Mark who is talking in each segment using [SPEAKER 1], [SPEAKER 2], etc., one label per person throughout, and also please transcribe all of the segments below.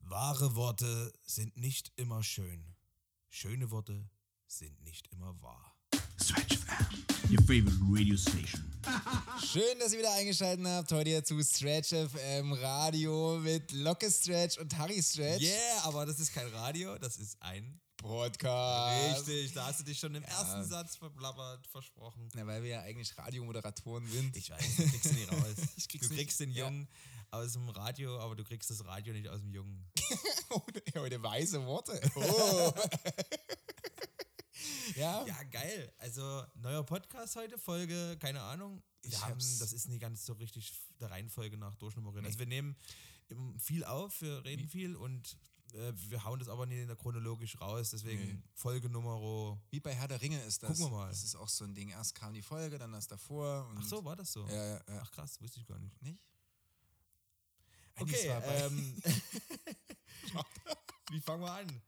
[SPEAKER 1] Wahre Worte sind nicht immer schön. Schöne Worte sind nicht immer wahr.
[SPEAKER 2] Stretch FM, your favorite radio station.
[SPEAKER 3] Schön, dass ihr wieder eingeschaltet habt. Heute hier zu Stretch FM Radio mit Locke Stretch und Harry Stretch.
[SPEAKER 1] Yeah, aber das ist kein Radio, das ist ein Ah,
[SPEAKER 3] Podcast.
[SPEAKER 1] Richtig, da hast du dich schon im ersten Satz verblabbert, versprochen.
[SPEAKER 3] Na, weil wir ja eigentlich Radiomoderatoren sind.
[SPEAKER 1] Ich weiß, du kriegst den nicht raus.
[SPEAKER 3] Ich krieg's
[SPEAKER 1] du kriegst den
[SPEAKER 3] nicht. Ja.
[SPEAKER 1] Jungen aus dem Radio, aber du kriegst das Radio nicht aus dem Jungen.
[SPEAKER 3] Heute weise Worte. ja.
[SPEAKER 1] Oh. Ja, geil. Also, neuer Podcast heute, Folge, keine Ahnung. Wir
[SPEAKER 3] Ich
[SPEAKER 1] haben,
[SPEAKER 3] hab's-
[SPEAKER 1] das ist nicht ganz so richtig der Reihenfolge nach durchnummeriert. Also, wir nehmen ähm, viel auf, wir reden viel und äh, wir hauen das aber nicht in der chronologisch raus. Deswegen Folge Numero.
[SPEAKER 3] Wie bei Herr der Ringe ist das.
[SPEAKER 1] Gucken wir mal.
[SPEAKER 3] Das ist auch so ein Ding. Erst kam die Folge, dann das davor. Und
[SPEAKER 1] Ach so, war das so?
[SPEAKER 3] Ja, ja, ja.
[SPEAKER 1] Ach krass, wusste ich gar nicht.
[SPEAKER 3] Nicht?
[SPEAKER 1] Okay,
[SPEAKER 3] Eigentlich war bei-
[SPEAKER 1] ähm, wie fangen wir an?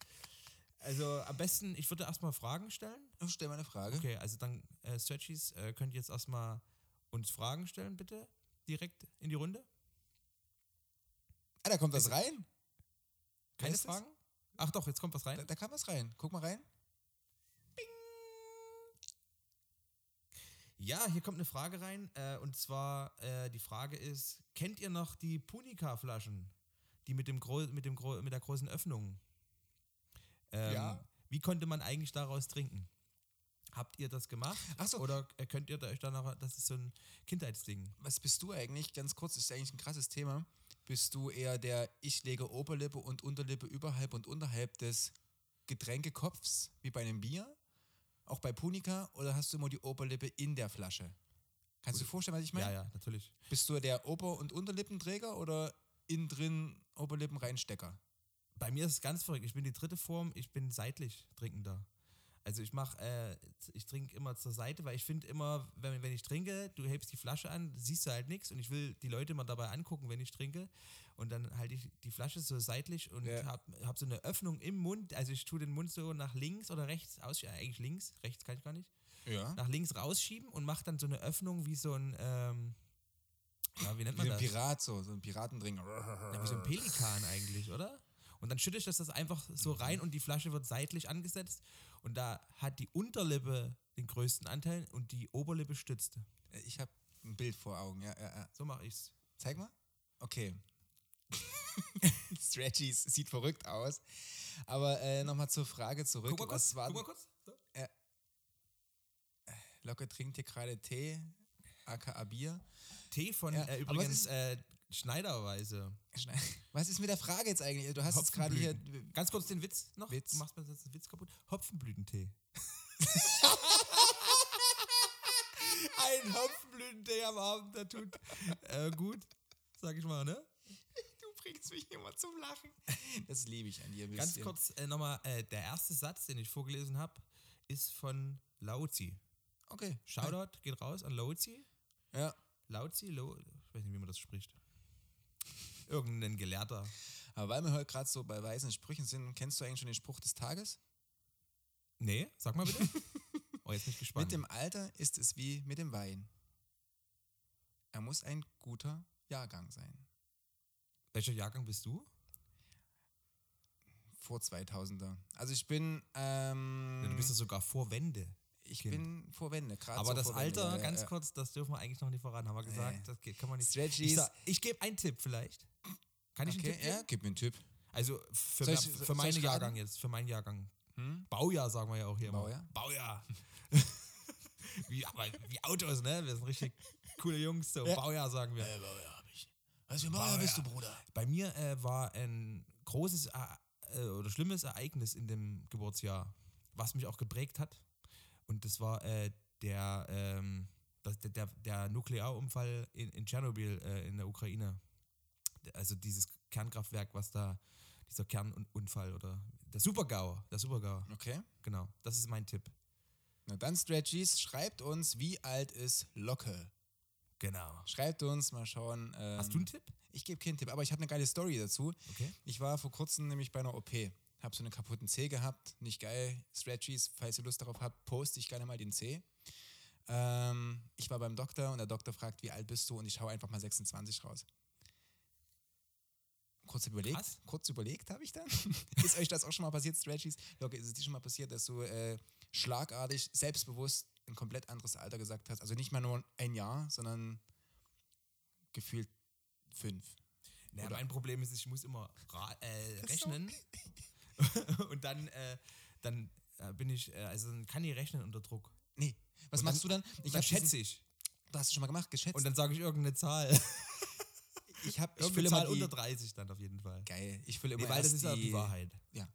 [SPEAKER 1] Also, am besten, ich würde erstmal Fragen stellen.
[SPEAKER 3] Oh, Stell mal eine Frage.
[SPEAKER 1] Okay, also dann, äh, Stretchies, äh, könnt ihr jetzt erstmal uns Fragen stellen, bitte? Direkt in die Runde?
[SPEAKER 3] Ah, da kommt was rein.
[SPEAKER 1] Keine
[SPEAKER 3] ist das?
[SPEAKER 1] Fragen? Ach doch, jetzt kommt was
[SPEAKER 3] Da,
[SPEAKER 1] rein.
[SPEAKER 3] da kam was rein. Guck mal rein.
[SPEAKER 1] Ja, hier kommt eine Frage rein. Äh, und zwar, äh, die Frage ist, kennt ihr noch die Punika-Flaschen? Die mit, dem Gro mit, dem Gro mit der großen Öffnung? Ähm,
[SPEAKER 3] Ja.
[SPEAKER 1] Wie konnte man eigentlich daraus trinken? Habt ihr das gemacht?
[SPEAKER 3] Ach so.
[SPEAKER 1] Oder äh, könnt ihr da euch danach, das ist so ein Kindheitsding.
[SPEAKER 3] was bist du eigentlich? Ganz kurz, ist eigentlich ein krasses Thema. Bist du eher der Ich lege Oberlippe und Unterlippe überhalb und unterhalb des Getränkekopfs, wie bei einem Bier? Auch bei Punika? Oder hast du immer die Oberlippe in der Flasche? Kannst du dir vorstellen, was ich meine?
[SPEAKER 1] Ja, ja, natürlich.
[SPEAKER 3] Bist du der Ober- und Unterlippenträger oder innen drin Oberlippen reinstecker?
[SPEAKER 1] Bei mir ist es ganz verrückt. Ich bin die dritte Form, ich bin seitlich trinkender. Also ich mache, äh, ich trinke immer zur Seite, weil ich finde immer, wenn, wenn ich trinke, du hebst die Flasche an, siehst du halt nichts und ich will die Leute mal dabei angucken, wenn ich trinke. Und dann halte ich die Flasche so seitlich und
[SPEAKER 3] Ja.
[SPEAKER 1] habe hab so eine Öffnung im Mund. Also ich tue den Mund so nach links oder rechts aus, ja, eigentlich links, rechts kann ich gar nicht.
[SPEAKER 3] Ja.
[SPEAKER 1] Nach links rausschieben und mache dann so eine Öffnung wie so ein, ähm, ja, wie nennt
[SPEAKER 3] Wie
[SPEAKER 1] man
[SPEAKER 3] ein
[SPEAKER 1] das?
[SPEAKER 3] Pirat, so, so ein Piratendringer.
[SPEAKER 1] Ja, wie
[SPEAKER 3] Äh,
[SPEAKER 1] so ein Pelikan eigentlich, oder? Und dann schütte ich das, das einfach so
[SPEAKER 3] Mhm.
[SPEAKER 1] rein und die Flasche wird seitlich angesetzt. Und da hat die Unterlippe den größten Anteil und die Oberlippe stützt.
[SPEAKER 3] Ich habe ein Bild vor Augen, ja, ja, ja.
[SPEAKER 1] So mache ich's.
[SPEAKER 3] Zeig mal. Okay. Stretchies sieht verrückt aus. Aber äh, nochmal zur Frage zurück.
[SPEAKER 1] Guck mal kurz.
[SPEAKER 3] Was war
[SPEAKER 1] Guck mal kurz. So.
[SPEAKER 3] Locke trinkt hier gerade Tee, aka Bier.
[SPEAKER 1] Tee von
[SPEAKER 3] Ja,
[SPEAKER 1] äh,
[SPEAKER 3] aber was
[SPEAKER 1] übrigens äh, Schneiderweise.
[SPEAKER 3] Schneid- Was ist mit der Frage jetzt eigentlich? Du hast jetzt gerade hier.
[SPEAKER 1] Ganz kurz den Witz noch.
[SPEAKER 3] Witz.
[SPEAKER 1] Du machst mir jetzt den Witz kaputt. Hopfenblütentee. Ein Hopfenblütentee am Abend, der tut äh, gut, sag ich mal, ne?
[SPEAKER 3] Du bringst mich immer zum Lachen. Das liebe ich an dir. ein
[SPEAKER 1] Ganz
[SPEAKER 3] bisschen.
[SPEAKER 1] kurz äh, nochmal, äh, der erste Satz, den ich vorgelesen habe, ist von Laozi.
[SPEAKER 3] Okay.
[SPEAKER 1] Shoutout geht raus an Laozi.
[SPEAKER 3] Ja.
[SPEAKER 1] Laozi, Lo ich weiß nicht, wie man das spricht. Irgendein Gelehrter.
[SPEAKER 3] Aber weil wir heute gerade so bei weisen Sprüchen sind, kennst du eigentlich schon den Spruch des Tages?
[SPEAKER 1] Nee, sag mal bitte. Oh, jetzt bin ich gespannt.
[SPEAKER 3] Mit dem Alter ist es wie mit dem Wein. Er muss ein guter Jahrgang sein.
[SPEAKER 1] Welcher Jahrgang bist du?
[SPEAKER 3] vor 2000er. Also ich bin, ähm,
[SPEAKER 1] Ja, du bist ja sogar vor Wende.
[SPEAKER 3] ich
[SPEAKER 1] Kind.
[SPEAKER 3] bin vor Wende. grad
[SPEAKER 1] Aber
[SPEAKER 3] so
[SPEAKER 1] das
[SPEAKER 3] vor Wende,
[SPEAKER 1] Alter,
[SPEAKER 3] ja,
[SPEAKER 1] ganz
[SPEAKER 3] ja.
[SPEAKER 1] kurz, das dürfen wir eigentlich noch nicht verraten, haben wir gesagt.
[SPEAKER 3] Nee.
[SPEAKER 1] Das geht, kann man nicht.
[SPEAKER 3] Stretchies.
[SPEAKER 1] Ich, sag- ich gebe einen Tipp vielleicht. Kann ich einen
[SPEAKER 3] Okay,
[SPEAKER 1] Tipp geben?
[SPEAKER 3] ja, gib mir einen Tipp.
[SPEAKER 1] Also für,
[SPEAKER 3] Soll ich- soll-
[SPEAKER 1] für
[SPEAKER 3] soll
[SPEAKER 1] meinen
[SPEAKER 3] ich raten?
[SPEAKER 1] Jahrgang jetzt, für meinen Jahrgang. Baujahr sagen wir ja auch hier immer.
[SPEAKER 3] Baujahr?
[SPEAKER 1] Baujahr. wie, aber wie Autos, ne? Wir sind richtig coole Jungs, so Baujahr sagen wir.
[SPEAKER 3] Was für ein
[SPEAKER 1] Baujahr.
[SPEAKER 3] Bruder?
[SPEAKER 1] Bei mir äh, war ein großes äh, äh, oder schlimmes Ereignis in dem Geburtsjahr, was mich auch geprägt hat. Und das war äh, der, ähm, das, der, der, der Nuklearunfall in, in Tschernobyl äh, in der Ukraine. Also dieses Kernkraftwerk, was da, dieser Kernunfall oder der Supergau, der Supergau.
[SPEAKER 3] Okay,
[SPEAKER 1] Genau, das ist mein Tipp.
[SPEAKER 3] na dann Stretchies, schreibt uns, wie alt ist Locke?
[SPEAKER 1] Genau.
[SPEAKER 3] Schreibt uns, mal schauen. Ähm,
[SPEAKER 1] Hast du einen Tipp?
[SPEAKER 3] Ich gebe keinen Tipp, aber ich habe eine geile Story dazu.
[SPEAKER 1] Okay.
[SPEAKER 3] Ich war vor kurzem nämlich bei einer OP. Hab so einen kaputten Zeh gehabt. Nicht geil. Stretchies, falls ihr Lust darauf habt, poste ich gerne mal den Zeh. Ähm, ich war beim Doktor und der Doktor fragt, wie alt bist du? Und ich hau einfach mal 26 raus. kurz überlegt,
[SPEAKER 1] Krass.
[SPEAKER 3] kurz überlegt habe ich dann. ist euch das auch schon mal passiert, Stretchies? Jörg, ist es dir schon mal passiert, dass du äh, schlagartig, selbstbewusst ein komplett anderes Alter gesagt hast? Also nicht mal nur ein Jahr, sondern gefühlt fünf.
[SPEAKER 1] Naja,
[SPEAKER 3] Oder-
[SPEAKER 1] mein Problem ist, ich muss immer ra- äh,
[SPEAKER 3] Ist so.
[SPEAKER 1] rechnen und dann, äh, dann äh, bin ich, äh, also dann kann ich rechnen unter Druck.
[SPEAKER 3] Nee. Was
[SPEAKER 1] Und
[SPEAKER 3] machst du dann?
[SPEAKER 1] Ich
[SPEAKER 3] hab
[SPEAKER 1] dann schätze
[SPEAKER 3] diesen-
[SPEAKER 1] ich.
[SPEAKER 3] Du hast es schon mal gemacht, geschätzt.
[SPEAKER 1] Und dann sage ich irgendeine Zahl.
[SPEAKER 3] ich habe ich
[SPEAKER 1] irgendeine
[SPEAKER 3] fülle mal
[SPEAKER 1] Zahl
[SPEAKER 3] die,
[SPEAKER 1] unter 30 dann auf jeden Fall.
[SPEAKER 3] Geil. Ich fülle immer
[SPEAKER 1] Nee, weil das
[SPEAKER 3] erst
[SPEAKER 1] ist
[SPEAKER 3] die,
[SPEAKER 1] ja die Wahrheit.
[SPEAKER 3] Ja.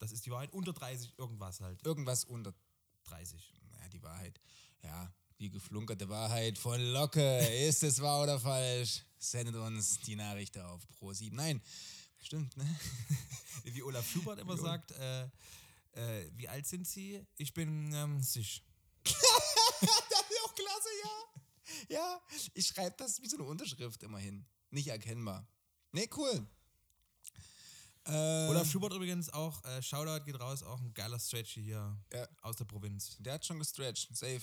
[SPEAKER 1] Das ist die Wahrheit. Unter 30 irgendwas halt.
[SPEAKER 3] Irgendwas unter
[SPEAKER 1] 30.
[SPEAKER 3] ja, die Wahrheit. Ja, die geflunkerte Wahrheit von Locke. Ist es wahr oder falsch? Sendet uns die Nachricht auf Pro7. Nein, stimmt, ne?
[SPEAKER 1] Wie Olaf Schubert immer
[SPEAKER 3] Wie Ol-
[SPEAKER 1] sagt, äh, äh, wie alt sind Sie? Ich bin ähm, sich.
[SPEAKER 3] Das ist auch klasse, ja. Ja, ich schreibe das wie so eine Unterschrift immerhin. Nicht erkennbar. Ne, cool. Äh,
[SPEAKER 1] Olaf Schubert übrigens auch, äh, Shoutout geht raus, auch ein geiler Stretchy hier
[SPEAKER 3] Ja.
[SPEAKER 1] aus der Provinz.
[SPEAKER 3] der hat schon gestretched, safe.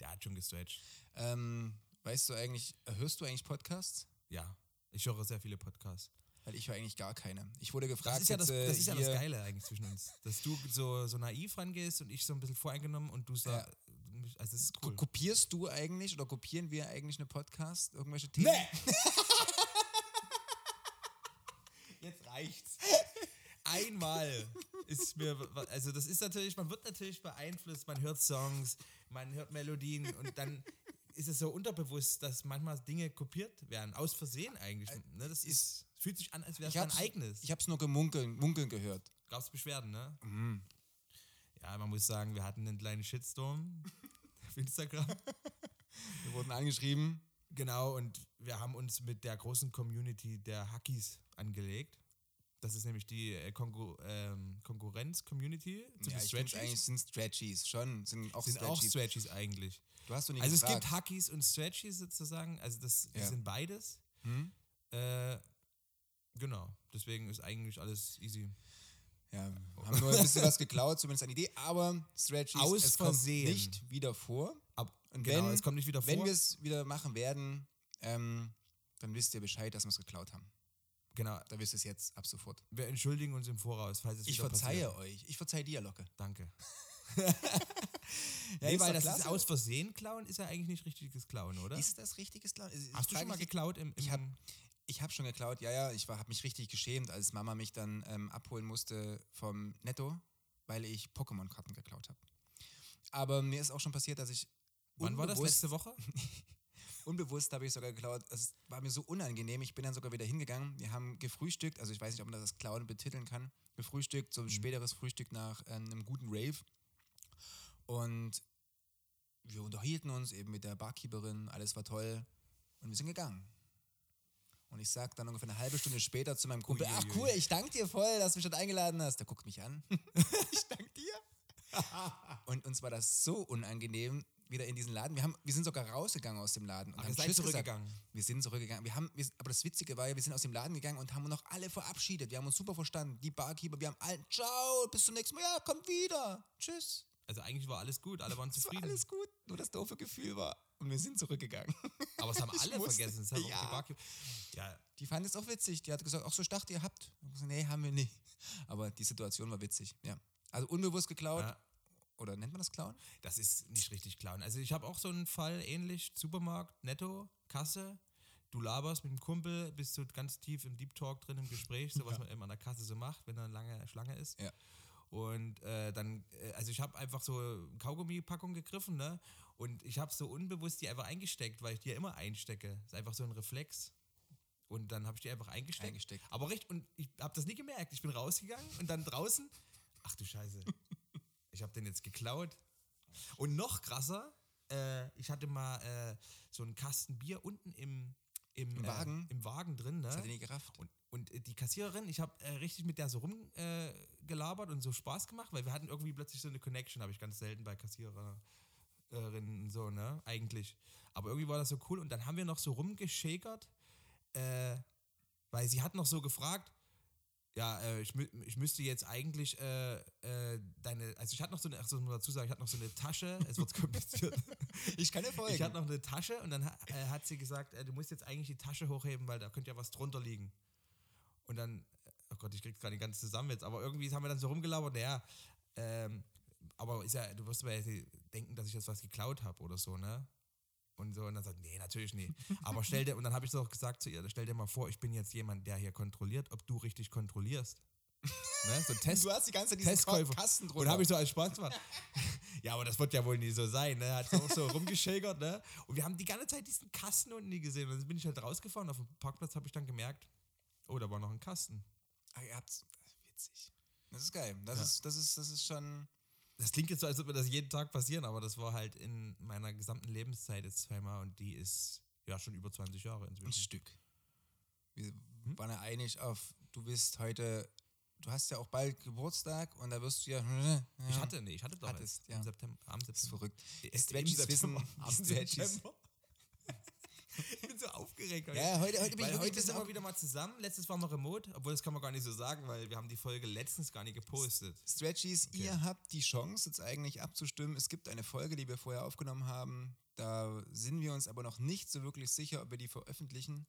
[SPEAKER 1] Der hat schon gestretched.
[SPEAKER 3] Ähm, weißt du eigentlich, hörst du eigentlich Podcasts?
[SPEAKER 1] Ja, ich höre sehr viele Podcasts.
[SPEAKER 3] Weil ich höre eigentlich gar keine. Ich wurde gefragt,
[SPEAKER 1] Das ist ja das,
[SPEAKER 3] jetzt, äh,
[SPEAKER 1] das, ist ja das
[SPEAKER 3] hier-
[SPEAKER 1] Geile eigentlich zwischen uns. Dass du so, so naiv rangehst und ich so ein bisschen voreingenommen und du so.
[SPEAKER 3] Ja.
[SPEAKER 1] Also, das ist cool.
[SPEAKER 3] Kopierst du eigentlich oder kopieren wir eigentlich eine Podcast, irgendwelche Themen?
[SPEAKER 1] Jetzt reicht's. Einmal ist mir, also das ist natürlich, man wird natürlich beeinflusst, man hört Songs, man hört Melodien und dann ist es so unterbewusst, dass manchmal Dinge kopiert werden, aus Versehen eigentlich. Ne? Das ist, fühlt sich an, als wäre es
[SPEAKER 3] Ich
[SPEAKER 1] dein
[SPEAKER 3] hab's-
[SPEAKER 1] eigenes.
[SPEAKER 3] Ich hab's nur gemunkeln, munkeln gehört.
[SPEAKER 1] Gab's Beschwerden, ne?
[SPEAKER 3] Mhm.
[SPEAKER 1] Ja, man muss sagen, wir hatten einen kleinen Shitstorm auf Instagram.
[SPEAKER 3] Wir wurden angeschrieben.
[SPEAKER 1] Genau, und wir haben uns mit der großen Community der Hackies angelegt. Das ist nämlich die äh, Konkur ähm, Konkurrenz-Community zu
[SPEAKER 3] Ja,
[SPEAKER 1] den
[SPEAKER 3] ich find's eigentlich
[SPEAKER 1] Stretchies.
[SPEAKER 3] sind Stretchies schon, sind auch
[SPEAKER 1] Sind auch
[SPEAKER 3] Stretchies.
[SPEAKER 1] Stretchies eigentlich.
[SPEAKER 3] du hast doch nicht
[SPEAKER 1] also es
[SPEAKER 3] gefragt.
[SPEAKER 1] gibt Hackies und Stretchies sozusagen. Also das, das
[SPEAKER 3] Ja.
[SPEAKER 1] sind beides.
[SPEAKER 3] Hm?
[SPEAKER 1] Äh, genau, deswegen ist eigentlich alles easy.
[SPEAKER 3] Ja, haben nur ein bisschen was geklaut, zumindest eine Idee, aber Stretchies
[SPEAKER 1] Aus
[SPEAKER 3] es kommt
[SPEAKER 1] Versehen.
[SPEAKER 3] nicht wieder vor.
[SPEAKER 1] Ab,
[SPEAKER 3] Und
[SPEAKER 1] genau,
[SPEAKER 3] wenn-
[SPEAKER 1] es kommt nicht wieder
[SPEAKER 3] Wenn
[SPEAKER 1] vor.
[SPEAKER 3] wir es wieder machen werden, ähm, dann wisst ihr Bescheid, dass wir es geklaut haben.
[SPEAKER 1] Genau,
[SPEAKER 3] Da wisst ihr es jetzt ab sofort.
[SPEAKER 1] wir entschuldigen uns im Voraus, falls es
[SPEAKER 3] Ich
[SPEAKER 1] wieder
[SPEAKER 3] verzeihe
[SPEAKER 1] passiert.
[SPEAKER 3] euch. Ich verzeihe dir, Locke.
[SPEAKER 1] Danke.
[SPEAKER 3] Ja,
[SPEAKER 1] nee,
[SPEAKER 3] ist
[SPEAKER 1] weil
[SPEAKER 3] doch
[SPEAKER 1] das ist
[SPEAKER 3] klasse.
[SPEAKER 1] aus Versehen klauen, ist ja eigentlich nicht richtiges Klauen, oder?
[SPEAKER 3] Ist das richtiges Klauen? Es- es
[SPEAKER 1] Hast du
[SPEAKER 3] frage
[SPEAKER 1] schon mal
[SPEAKER 3] ich-
[SPEAKER 1] geklaut im, im
[SPEAKER 3] ich hab- Ich habe schon geklaut, ja, ja. Ich habe mich richtig geschämt, als Mama mich dann ähm, abholen musste vom Netto, weil ich Pokémon-Karten geklaut habe. Aber mir ist auch schon passiert, dass ich
[SPEAKER 1] Wann war das?
[SPEAKER 3] unbewusst-
[SPEAKER 1] Letzte Woche?
[SPEAKER 3] Unbewusst habe ich sogar geklaut. Es war mir so unangenehm. Ich bin dann sogar wieder hingegangen. Wir haben gefrühstückt. Also ich weiß nicht, ob man das als Klauen betiteln kann. Gefrühstückt, so ein späteres Frühstück nach ähm, einem guten Rave. Und wir unterhielten uns eben mit der Barkeeperin. Alles war toll. Und wir sind gegangen. Und ich sag dann ungefähr eine halbe Stunde später zu meinem Kumpel, ach
[SPEAKER 1] Uiuiui.
[SPEAKER 3] cool, ich danke dir voll, dass du mich dort eingeladen hast. Der guckt mich an. ich danke dir. Und uns war das so unangenehm, wieder in diesen Laden. Wir, haben, wir sind sogar rausgegangen aus dem Laden. Und
[SPEAKER 1] Ach,
[SPEAKER 3] haben
[SPEAKER 1] ihr seid
[SPEAKER 3] Tschüss
[SPEAKER 1] zurückgegangen.
[SPEAKER 3] Gesagt. Wir sind zurückgegangen. Wir haben, wir, aber das Witzige war ja, wir sind aus dem Laden gegangen und haben uns noch alle verabschiedet. Wir haben uns super verstanden. Die Barkeeper, wir haben allen, ciao, bis zum nächsten Mal. Ja, kommt wieder. Tschüss.
[SPEAKER 1] Also eigentlich war alles gut, alle waren
[SPEAKER 3] Es war
[SPEAKER 1] zufrieden.
[SPEAKER 3] alles gut. Nur das doofe Gefühl war. Und wir sind zurückgegangen.
[SPEAKER 1] Aber es haben
[SPEAKER 3] Ich
[SPEAKER 1] alle
[SPEAKER 3] musste-
[SPEAKER 1] vergessen. Es haben auch
[SPEAKER 3] Ja.
[SPEAKER 1] die Barkeeper. Ja,
[SPEAKER 3] Die fand es auch witzig. Die hat gesagt, ach so, ich dachte, ihr habt. Ich hab gesagt, nee, haben wir nicht. Aber die Situation war witzig, ja. Also unbewusst geklaut.
[SPEAKER 1] Ja.
[SPEAKER 3] Oder nennt man das Klauen?
[SPEAKER 1] das ist nicht richtig klauen. Also ich habe auch so einen Fall ähnlich, Supermarkt, Netto, Kasse. Du laberst mit dem Kumpel, bist so ganz tief im Deep Talk drin im Gespräch, so was man eben an der Kasse so macht, wenn da eine lange Schlange ist.
[SPEAKER 3] Ja.
[SPEAKER 1] Und äh, dann, äh, also ich habe einfach so Kaugummi-Packung gegriffen, ne? Und ich habe so unbewusst die einfach eingesteckt, weil ich die ja immer einstecke. Ist einfach so ein Reflex. Und dann habe ich die einfach eingesteckt.
[SPEAKER 3] Eingesteckt.
[SPEAKER 1] Aber recht, und ich habe das nie gemerkt. Ich bin rausgegangen und dann draußen, ach du Scheiße, ich habe den jetzt geklaut. Und noch krasser, äh, ich hatte mal äh, so einen Kasten Bier unten im, im,
[SPEAKER 3] Im
[SPEAKER 1] äh,
[SPEAKER 3] Wagen?
[SPEAKER 1] im Wagen drin. Ne?
[SPEAKER 3] Das hat er nie gerafft.
[SPEAKER 1] Und, und äh, die Kassiererin, ich habe äh, richtig mit der so rumgelabert äh, gelabert und so Spaß gemacht, weil wir hatten irgendwie plötzlich so eine Connection, habe ich ganz selten bei Kassiererinnen so, ne? Eigentlich. Aber irgendwie war das so cool und dann haben wir noch so rumgeschäkert, äh, weil sie hat noch so gefragt, ja, äh, ich, mü ich müsste jetzt eigentlich äh, äh, deine, also ich hatte noch so eine, ach, so muss man dazu sagen, ich hatte noch so eine Tasche, es wird kompliziert.
[SPEAKER 3] Ich kann dir folgen.
[SPEAKER 1] Ich hatte noch eine Tasche und dann ha- äh, hat sie gesagt, äh, du musst jetzt eigentlich die Tasche hochheben, weil da könnte ja was drunter liegen. Und dann, oh Gott, ich krieg's gerade nicht ganz zusammen jetzt, aber irgendwie haben wir dann so rumgelabert, naja, ähm, aber ist ja, du wirst mir jetzt nicht denken, dass ich jetzt was geklaut habe oder so, ne? Und so, und dann sagt, nee, natürlich nicht. Aber stell dir, und dann habe ich doch gesagt zu ihr, stell dir mal vor, ich bin jetzt jemand, der hier kontrolliert, ob du richtig kontrollierst. ne? So ein Test,
[SPEAKER 3] Du hast die ganze Zeit diesen
[SPEAKER 1] Testkäufer.
[SPEAKER 3] Kasten drunter.
[SPEAKER 1] Und habe ich so als Spaß gemacht. ja, aber das wird ja wohl nie so sein, ne? Hat auch so rumgeschäkert, ne? Und wir haben die ganze Zeit diesen Kasten unten nie gesehen. Und dann bin ich halt rausgefahren. Auf dem Parkplatz habe ich dann gemerkt, oh, da war noch ein Kasten.
[SPEAKER 3] Ach, Ah, ihr habt's. äh, Witzig. Das ist geil. Das, ist, das, ist, das ist schon.
[SPEAKER 1] Das klingt jetzt so, als würde mir das jeden Tag passieren, aber das war halt in meiner gesamten Lebenszeit jetzt zweimal und die ist ja schon über 20 Jahre
[SPEAKER 3] ein
[SPEAKER 1] inzwischen.
[SPEAKER 3] Stück. Wir
[SPEAKER 1] Mhm.
[SPEAKER 3] waren ja einig auf, du bist heute, du hast ja auch bald Geburtstag und da wirst du ja.
[SPEAKER 1] Ich hatte, nee, ich hatte doch
[SPEAKER 3] Hattest,
[SPEAKER 1] jetzt
[SPEAKER 3] ja.
[SPEAKER 1] im September, am
[SPEAKER 3] Das ist
[SPEAKER 1] September.
[SPEAKER 3] verrückt.
[SPEAKER 1] Äh,
[SPEAKER 3] Die
[SPEAKER 1] im
[SPEAKER 3] Stretchies wissen,
[SPEAKER 1] September,
[SPEAKER 3] die
[SPEAKER 1] am
[SPEAKER 3] Stretchies.
[SPEAKER 1] September. ich bin so aufgeregt. heute.
[SPEAKER 3] Ja, heute, heute bin
[SPEAKER 1] Weil
[SPEAKER 3] ich wirklich
[SPEAKER 1] heute sind wir
[SPEAKER 3] auch-
[SPEAKER 1] wieder mal zusammen. Letztes waren wir remote, obwohl das kann man gar nicht so sagen, weil wir haben die Folge letztens gar nicht gepostet.
[SPEAKER 3] Stretchies,
[SPEAKER 1] Okay.
[SPEAKER 3] ihr habt die Chance, jetzt eigentlich abzustimmen. Es gibt eine Folge, die wir vorher aufgenommen haben. Da sind wir uns aber noch nicht so wirklich sicher, ob wir die veröffentlichen.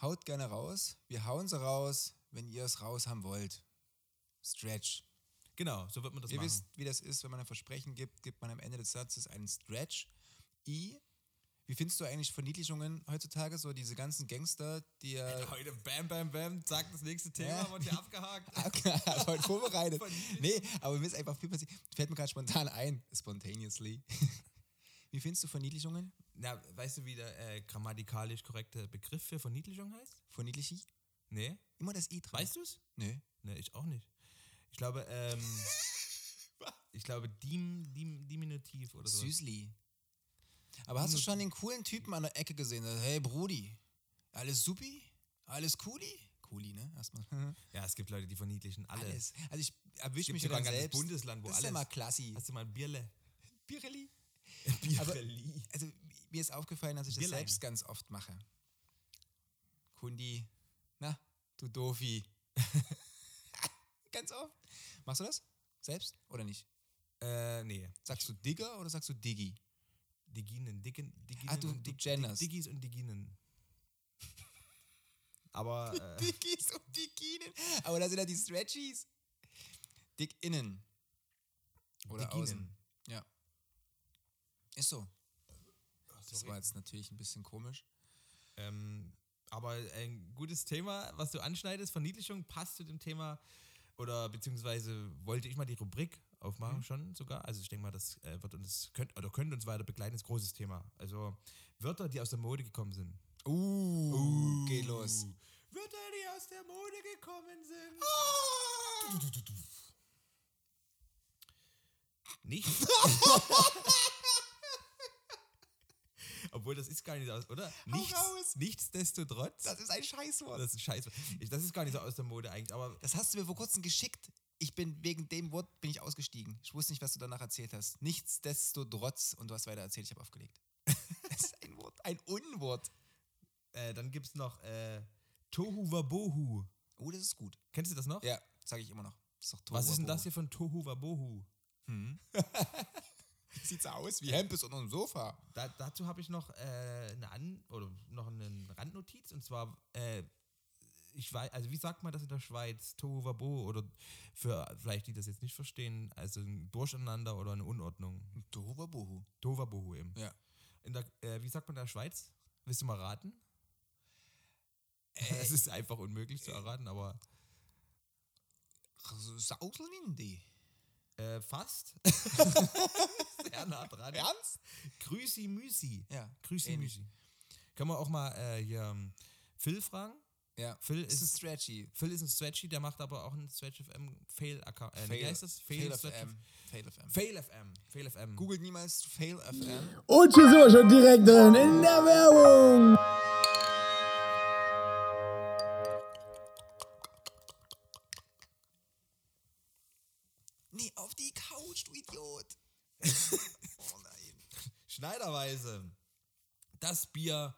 [SPEAKER 3] Haut gerne raus. Wir hauen sie raus, wenn ihr es raus haben wollt. Stretch.
[SPEAKER 1] Genau, so wird man das
[SPEAKER 3] ihr
[SPEAKER 1] machen.
[SPEAKER 3] wisst, wie das ist, wenn man ein Versprechen gibt, gibt man am Ende des Satzes einen Stretch. I. Wie findest du eigentlich Verniedlichungen heutzutage? So diese ganzen Gangster, die ja
[SPEAKER 1] heute bam, bam, bam, zack, das nächste Thema
[SPEAKER 3] äh, Ja.
[SPEAKER 1] wird hier abgehakt.
[SPEAKER 3] Abgehakt, heute vorbereitet.
[SPEAKER 1] Verniedlichung.
[SPEAKER 3] nee, aber mir ist einfach viel passiert. Fällt mir gerade spontan ein. Spontaneously. Wie findest du Verniedlichungen?
[SPEAKER 1] Na, weißt du, wie der äh, grammatikalisch korrekte Begriff für Verniedlichung heißt?
[SPEAKER 3] Verniedlich?
[SPEAKER 1] Nee,
[SPEAKER 3] Immer das I drin.
[SPEAKER 1] weißt du es?
[SPEAKER 3] Nö.
[SPEAKER 1] Nee, ich auch nicht. Ich glaube, ähm, ich glaube, Dim, Dim, Diminutiv oder so.
[SPEAKER 3] Süßli. Aber hast du schon den coolen Typen an der Ecke gesehen? der sagt, Hey, Brudi. Alles supi? Alles cooli? Cooli, ne? Erstmal.
[SPEAKER 1] Ja, es gibt Leute, die verniedlichen alles.
[SPEAKER 3] Alles. Also ich erwische
[SPEAKER 1] gibt
[SPEAKER 3] mich
[SPEAKER 1] sogar
[SPEAKER 3] gerade
[SPEAKER 1] ein ganzes
[SPEAKER 3] selbst.
[SPEAKER 1] Bundesland, wo
[SPEAKER 3] das ist ja
[SPEAKER 1] alles-
[SPEAKER 3] mal klassi.
[SPEAKER 1] Hast du mal ein Bierle?
[SPEAKER 3] Pirelli. Also Aber-
[SPEAKER 1] Bierli.
[SPEAKER 3] Also mir ist aufgefallen, dass ich das
[SPEAKER 1] Bierlein.
[SPEAKER 3] selbst ganz oft mache. Kundi, na, du Doofi. ganz oft. Machst du das? Selbst oder nicht?
[SPEAKER 1] Äh, nee.
[SPEAKER 3] Sagst du Digger oder sagst du Diggi?
[SPEAKER 1] Diginen, Dicken, Diginen.
[SPEAKER 3] Ah, du-
[SPEAKER 1] und
[SPEAKER 3] du
[SPEAKER 1] Dig-
[SPEAKER 3] genderst.
[SPEAKER 1] Dig- Diggis und Diginen. Aber äh,
[SPEAKER 3] Diggis und Digginen. Aber da sind ja die Stretchies. Dick innen. Oder
[SPEAKER 1] Digginen.
[SPEAKER 3] außen. Ja. Ist so. Das
[SPEAKER 1] sorry.
[SPEAKER 3] war jetzt natürlich ein bisschen komisch.
[SPEAKER 1] ähm, aber ein gutes Thema, was du anschneidest, Verniedlichung passt zu dem Thema oder beziehungsweise wollte ich mal die Rubrik aufmachen schon sogar. Also ich denke mal, das äh, wird uns könnt oder könnte uns weiter begleiten. Ist ein großes Thema. Also Wörter, die aus der Mode gekommen sind.
[SPEAKER 3] Uh, geh los.
[SPEAKER 1] Wörter, die aus der Mode gekommen sind. Nicht? Obwohl, das ist gar nicht aus, oder? Nichts,
[SPEAKER 3] raus!
[SPEAKER 1] nichtsdestotrotz.
[SPEAKER 3] Das ist ein Scheißwort.
[SPEAKER 1] Das ist ein Scheiß. Ich, das ist gar nicht so aus der Mode eigentlich, aber
[SPEAKER 3] Das hast du mir vor kurzem geschickt. Ich bin wegen dem Wort bin ich ausgestiegen. Ich wusste nicht, was du danach erzählt hast. Nichtsdestotrotz und du hast weiter erzählt. Ich habe aufgelegt. das ist ein Wort, ein Unwort.
[SPEAKER 1] äh, dann gibt es noch äh, Tohu Wabohu.
[SPEAKER 3] Oh, das ist gut.
[SPEAKER 1] Kennst du das noch?
[SPEAKER 3] Ja, sage ich immer noch. Ist doch Tohu
[SPEAKER 1] Was ist denn
[SPEAKER 3] Wabohu.
[SPEAKER 1] das hier von Tohu Wabohu?
[SPEAKER 3] Sieht so aus wie Hempes unter dem Sofa.
[SPEAKER 1] Da, dazu habe ich noch äh, eine An oder noch eine Randnotiz und zwar äh, ich weiß, also wie sagt man das in der Schweiz? Tohu Wabo oder für vielleicht die das jetzt nicht verstehen, also ein Durcheinander oder eine Unordnung.
[SPEAKER 3] Tohu Wabohu.
[SPEAKER 1] Tohu Wabohu eben.
[SPEAKER 3] Ja.
[SPEAKER 1] In der, äh, wie sagt man in der Schweiz? Willst du mal raten?
[SPEAKER 3] Äh,
[SPEAKER 1] Es ist einfach unmöglich zu erraten, aber
[SPEAKER 3] Sauselwindi.
[SPEAKER 1] äh, fast. Sehr nah dran.
[SPEAKER 3] Ernst?
[SPEAKER 1] Grüßi Müsi.
[SPEAKER 3] Ja.
[SPEAKER 1] Grüßi
[SPEAKER 3] ähnlich.
[SPEAKER 1] Müsi. Können wir auch mal äh, hier ähm, Phil fragen?
[SPEAKER 3] Ja.
[SPEAKER 1] Phil
[SPEAKER 3] Ist ein
[SPEAKER 1] ist,
[SPEAKER 3] Stretchy.
[SPEAKER 1] Phil ist ein Stretchy, der macht aber auch einen Stretch FM Fail Account. Äh, nee, wie heißt das?
[SPEAKER 3] Fail,
[SPEAKER 1] Stretch
[SPEAKER 3] FM. Fail FM.
[SPEAKER 1] Fail FM. Fail FM.
[SPEAKER 3] Googelt niemals Fail FM.
[SPEAKER 4] Und hier sind wir schon direkt drin in der Werbung.
[SPEAKER 3] Nee, auf die Couch, du Idiot. oh nein.
[SPEAKER 1] Schneiderweise. Das Bier